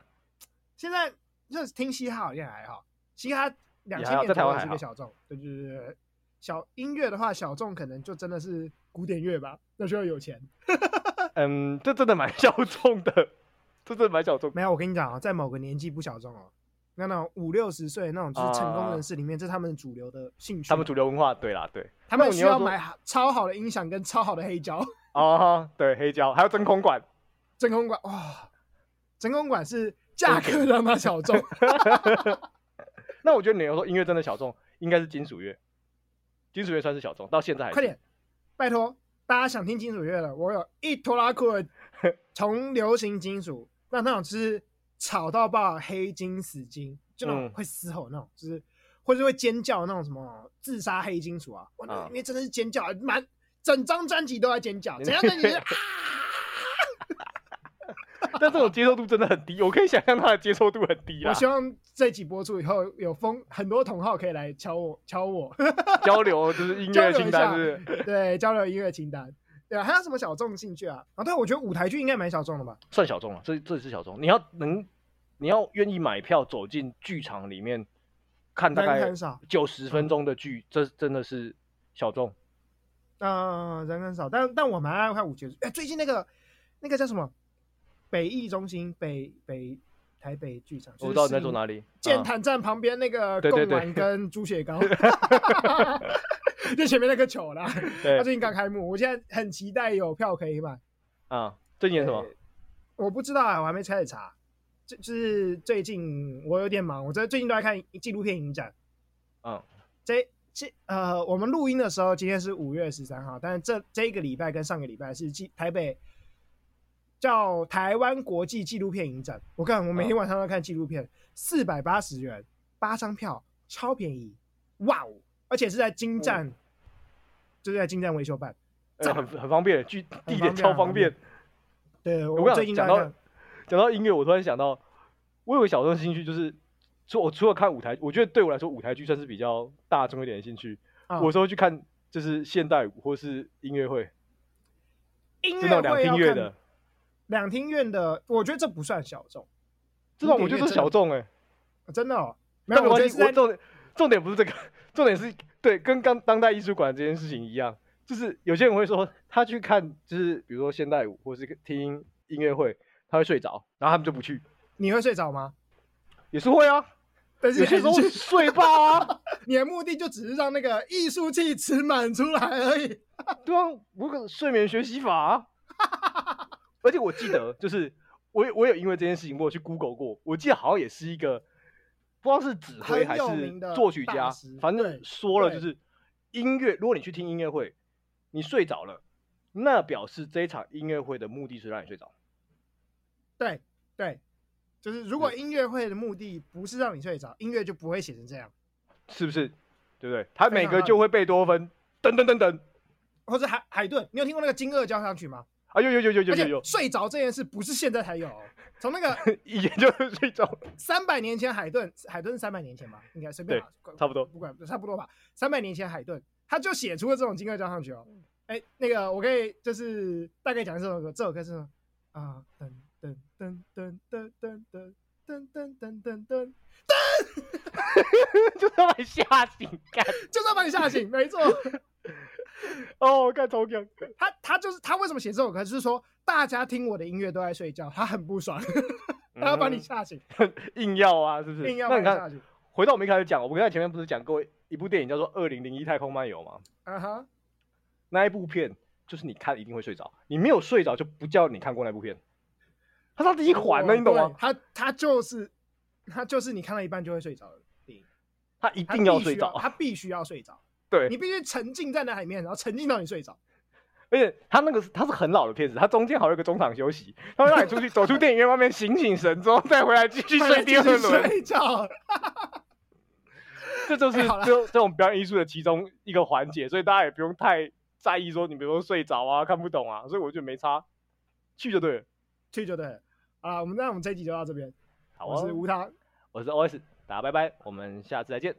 [SPEAKER 2] 现在那听嘻哈好像还好，嘻哈两
[SPEAKER 1] 也
[SPEAKER 2] 千
[SPEAKER 1] 还好
[SPEAKER 2] 年
[SPEAKER 1] 在台
[SPEAKER 2] 左
[SPEAKER 1] 湾还
[SPEAKER 2] 右是个
[SPEAKER 1] 好
[SPEAKER 2] 小众，对对对对。小音乐的话，小众可能就真的是古典乐吧，那需要有钱。
[SPEAKER 1] 嗯，这真的蛮小众的，这真的蛮小众。
[SPEAKER 2] 没有，我跟你讲啊，在某个年纪不小众哦，那那种五六十岁那种就是成功人士里面，这是他们主流的兴趣。
[SPEAKER 1] 啊他们主流文化，对啦，对，
[SPEAKER 2] 他
[SPEAKER 1] 那
[SPEAKER 2] 们
[SPEAKER 1] 你
[SPEAKER 2] 需
[SPEAKER 1] 要
[SPEAKER 2] 要
[SPEAKER 1] 说
[SPEAKER 2] 买好超好的音响跟超好的黑胶。
[SPEAKER 1] 哦，对，黑胶还有真空管，
[SPEAKER 2] 真空管哇，真空管是价格让它小众。
[SPEAKER 1] 那我觉得你要说音乐真的小众，应该是金属乐，金属乐算是小众，到现在还是
[SPEAKER 2] 快点，拜托，大家想听金属乐了，我有一拖拉库的从流行金属， <laughs> 那那种就是吵到爆黑金死金，就那种
[SPEAKER 1] 嗯
[SPEAKER 2] 会嘶吼那种，就是或者会尖叫那种什么自杀黑金属啊，哇，那
[SPEAKER 1] 啊
[SPEAKER 2] 里面真的是尖叫，满整张专辑都在尖叫，整张专
[SPEAKER 1] <laughs>
[SPEAKER 2] 辑就是啊
[SPEAKER 1] 但这种接受度真的很低，我可以想象它的接受度很低啊
[SPEAKER 2] 我
[SPEAKER 1] 啦。
[SPEAKER 2] 希望这集播出以后，有风很多同好可以来敲我敲我， <laughs>
[SPEAKER 1] 交流就是音
[SPEAKER 2] 交
[SPEAKER 1] 乐
[SPEAKER 2] 流一
[SPEAKER 1] 清
[SPEAKER 2] 下
[SPEAKER 1] 单是不是，
[SPEAKER 2] 对，交流音乐清单。对啊，还有什么小众兴趣啊？啊，对，我觉得舞台剧应该蛮小众的吧？
[SPEAKER 1] 算小众了，这这也是小众。你要能，你要愿意买票走进剧场里面看大
[SPEAKER 2] 人
[SPEAKER 1] 概
[SPEAKER 2] 很少
[SPEAKER 1] 九十分钟的剧，这真的是小众。
[SPEAKER 2] 嗯、人很少，但但我蛮爱看舞剧。哎，最近那个那个叫什么北艺中心北北台北剧场，
[SPEAKER 1] 我不知道你在
[SPEAKER 2] 做
[SPEAKER 1] 做哪里。
[SPEAKER 2] 剑
[SPEAKER 1] 嗯
[SPEAKER 2] 潭站旁边那个
[SPEAKER 1] 对对
[SPEAKER 2] 贡
[SPEAKER 1] 对
[SPEAKER 2] 丸跟猪血
[SPEAKER 1] <laughs>
[SPEAKER 2] 糕，就前面那个球啦。他
[SPEAKER 1] 对
[SPEAKER 2] 最近刚开幕，我现在很期待有票可以买。
[SPEAKER 1] 啊，最近演什么？
[SPEAKER 2] 我不知道啊，我还没开始查。就就是最近我有点忙，我这最近都在看纪录片影展。
[SPEAKER 1] 嗯，
[SPEAKER 2] 这这呃，我们录音的时候今天是五月十三号，但是这这一个礼拜跟上个礼拜是纪台北叫台湾国际纪录片影展。我看我每天晚上都看纪录
[SPEAKER 1] 嗯
[SPEAKER 2] 片，四百八十元八张票，超便宜，哇哦！而且是在金站，
[SPEAKER 1] 嗯
[SPEAKER 2] 就是在金站维修办。
[SPEAKER 1] 呃很很方便，剧地点
[SPEAKER 2] 方便
[SPEAKER 1] 超
[SPEAKER 2] 很
[SPEAKER 1] 方
[SPEAKER 2] 方便
[SPEAKER 1] 便。
[SPEAKER 2] 对
[SPEAKER 1] 我
[SPEAKER 2] 我
[SPEAKER 1] 跟
[SPEAKER 2] 最
[SPEAKER 1] 你
[SPEAKER 2] 近
[SPEAKER 1] 讲
[SPEAKER 2] 在
[SPEAKER 1] 讲
[SPEAKER 2] 看
[SPEAKER 1] 到，讲到音乐，我突然想到，我有个小时候兴趣就是，除我除了看舞台，我觉得对我来说舞台剧算是比较大众一点的兴趣。
[SPEAKER 2] 啊
[SPEAKER 1] 我有时候去看就是现代舞或是音乐会，
[SPEAKER 2] 音
[SPEAKER 1] 就那
[SPEAKER 2] 乐
[SPEAKER 1] 种两
[SPEAKER 2] 会要
[SPEAKER 1] 厅
[SPEAKER 2] 看
[SPEAKER 1] 院的，
[SPEAKER 2] 两厅院的，我觉得这不算小众，
[SPEAKER 1] 这种我觉得是小众哎、
[SPEAKER 2] 真的哦。没
[SPEAKER 1] 但
[SPEAKER 2] 有，
[SPEAKER 1] 没
[SPEAKER 2] 我觉
[SPEAKER 1] 关
[SPEAKER 2] 得
[SPEAKER 1] 系，
[SPEAKER 2] 是
[SPEAKER 1] 我
[SPEAKER 2] 在
[SPEAKER 1] 重点重点不是这个，重点是对跟刚当代艺术馆这件事情一样，就是有些人会说他去看就是比如说现代舞或是听音乐会，他会睡着，然后他们就不去，
[SPEAKER 2] 你会睡着吗？
[SPEAKER 1] 也是会啊，
[SPEAKER 2] 但是
[SPEAKER 1] 有
[SPEAKER 2] <laughs>
[SPEAKER 1] 些时候
[SPEAKER 2] 你
[SPEAKER 1] 睡爆啊。
[SPEAKER 2] 你的目的就只是让那个艺术气词满出来而已。
[SPEAKER 1] 对啊，我有个睡眠学习法、啊，而且我记得就是我有我有因为这件事情我有去 Google 过，我记得好像也是一个不知道是指挥
[SPEAKER 2] 很
[SPEAKER 1] 还
[SPEAKER 2] 有
[SPEAKER 1] 是
[SPEAKER 2] 名的
[SPEAKER 1] 作曲
[SPEAKER 2] 大
[SPEAKER 1] 家
[SPEAKER 2] 师，
[SPEAKER 1] 反正
[SPEAKER 2] 对
[SPEAKER 1] 说了就
[SPEAKER 2] 对
[SPEAKER 1] 是音乐，如果你去听音乐会，你睡着了，那表示这一场音乐会的目的是让你睡着。
[SPEAKER 2] 对对，就是如果
[SPEAKER 1] 对
[SPEAKER 2] 音乐会的目的不是让你睡着，音乐就不会写成这样，
[SPEAKER 1] 是不是？对不对？他
[SPEAKER 2] 非
[SPEAKER 1] 每
[SPEAKER 2] 常
[SPEAKER 1] 个
[SPEAKER 2] 让
[SPEAKER 1] 就会贝多芬，等等等等，
[SPEAKER 2] 或者海海顿，你有听过那个惊愕交响曲吗？
[SPEAKER 1] 啊有有有有有有
[SPEAKER 2] 而
[SPEAKER 1] 有
[SPEAKER 2] 且，睡着这件事不是现在才有哦、从那个
[SPEAKER 1] 一眼就睡着了，
[SPEAKER 2] 三百年前海顿，海顿是三百年前吧，应该随便
[SPEAKER 1] 对
[SPEAKER 2] 吧管
[SPEAKER 1] 差不多
[SPEAKER 2] 不管差不多吧，三百年前海顿他就写出了这种惊愕交响曲哦。哎、那个我可以就是大概讲这首歌，这首歌是什么啊噔噔噔噔噔噔噔噔噔噔噔噔，
[SPEAKER 1] 就他妈吓醒干。
[SPEAKER 2] 就是要把你吓醒，没错。
[SPEAKER 1] 哦，干超强。
[SPEAKER 2] 他他就是他为什么写这首歌，就是说大家听我的音乐都在睡觉，他很
[SPEAKER 1] <laughs>
[SPEAKER 2] 不爽，他要把你吓醒，
[SPEAKER 1] 硬要啊，嗯是不是？
[SPEAKER 2] 硬要把
[SPEAKER 1] 那
[SPEAKER 2] 你
[SPEAKER 1] 你
[SPEAKER 2] 吓
[SPEAKER 1] 看，
[SPEAKER 2] 醒。
[SPEAKER 1] 回到我们一开始讲，我们刚才前面不是讲过一部电影叫做《二零零一太空漫游》吗？
[SPEAKER 2] 啊哈，
[SPEAKER 1] 那一部片就是你看一定会睡着，你没有睡着就不叫你看过那部片。它到第一环了，你懂
[SPEAKER 2] 哦对
[SPEAKER 1] 吗？
[SPEAKER 2] 他他就是他就是你看到一半就会睡着的电影，
[SPEAKER 1] 它一
[SPEAKER 2] 他
[SPEAKER 1] 定要
[SPEAKER 2] 必须
[SPEAKER 1] 睡着，
[SPEAKER 2] 他必须要睡着，
[SPEAKER 1] 对
[SPEAKER 2] 你，必须沉浸在那里面，然后沉浸到你睡着。
[SPEAKER 1] 而且它那个是它是很老的片子，它中间还有一个中场休息，它会让你出去走出电影院外面醒醒神之后再回来继续睡第二
[SPEAKER 2] 继续
[SPEAKER 1] 轮，
[SPEAKER 2] <laughs> 睡觉。
[SPEAKER 1] 这就是
[SPEAKER 2] 哎好了
[SPEAKER 1] 这种这种表演艺术的其中一个环节，所以大家也不用太在意说你比如说睡着啊、看不懂啊，所以我觉得没差，去就对了。
[SPEAKER 2] 去就对了。啊，我们那我们这一集就到这边。
[SPEAKER 1] 好、啊，
[SPEAKER 2] 我是吴涛，
[SPEAKER 1] 我是 OS，大家拜拜，我们下次再见，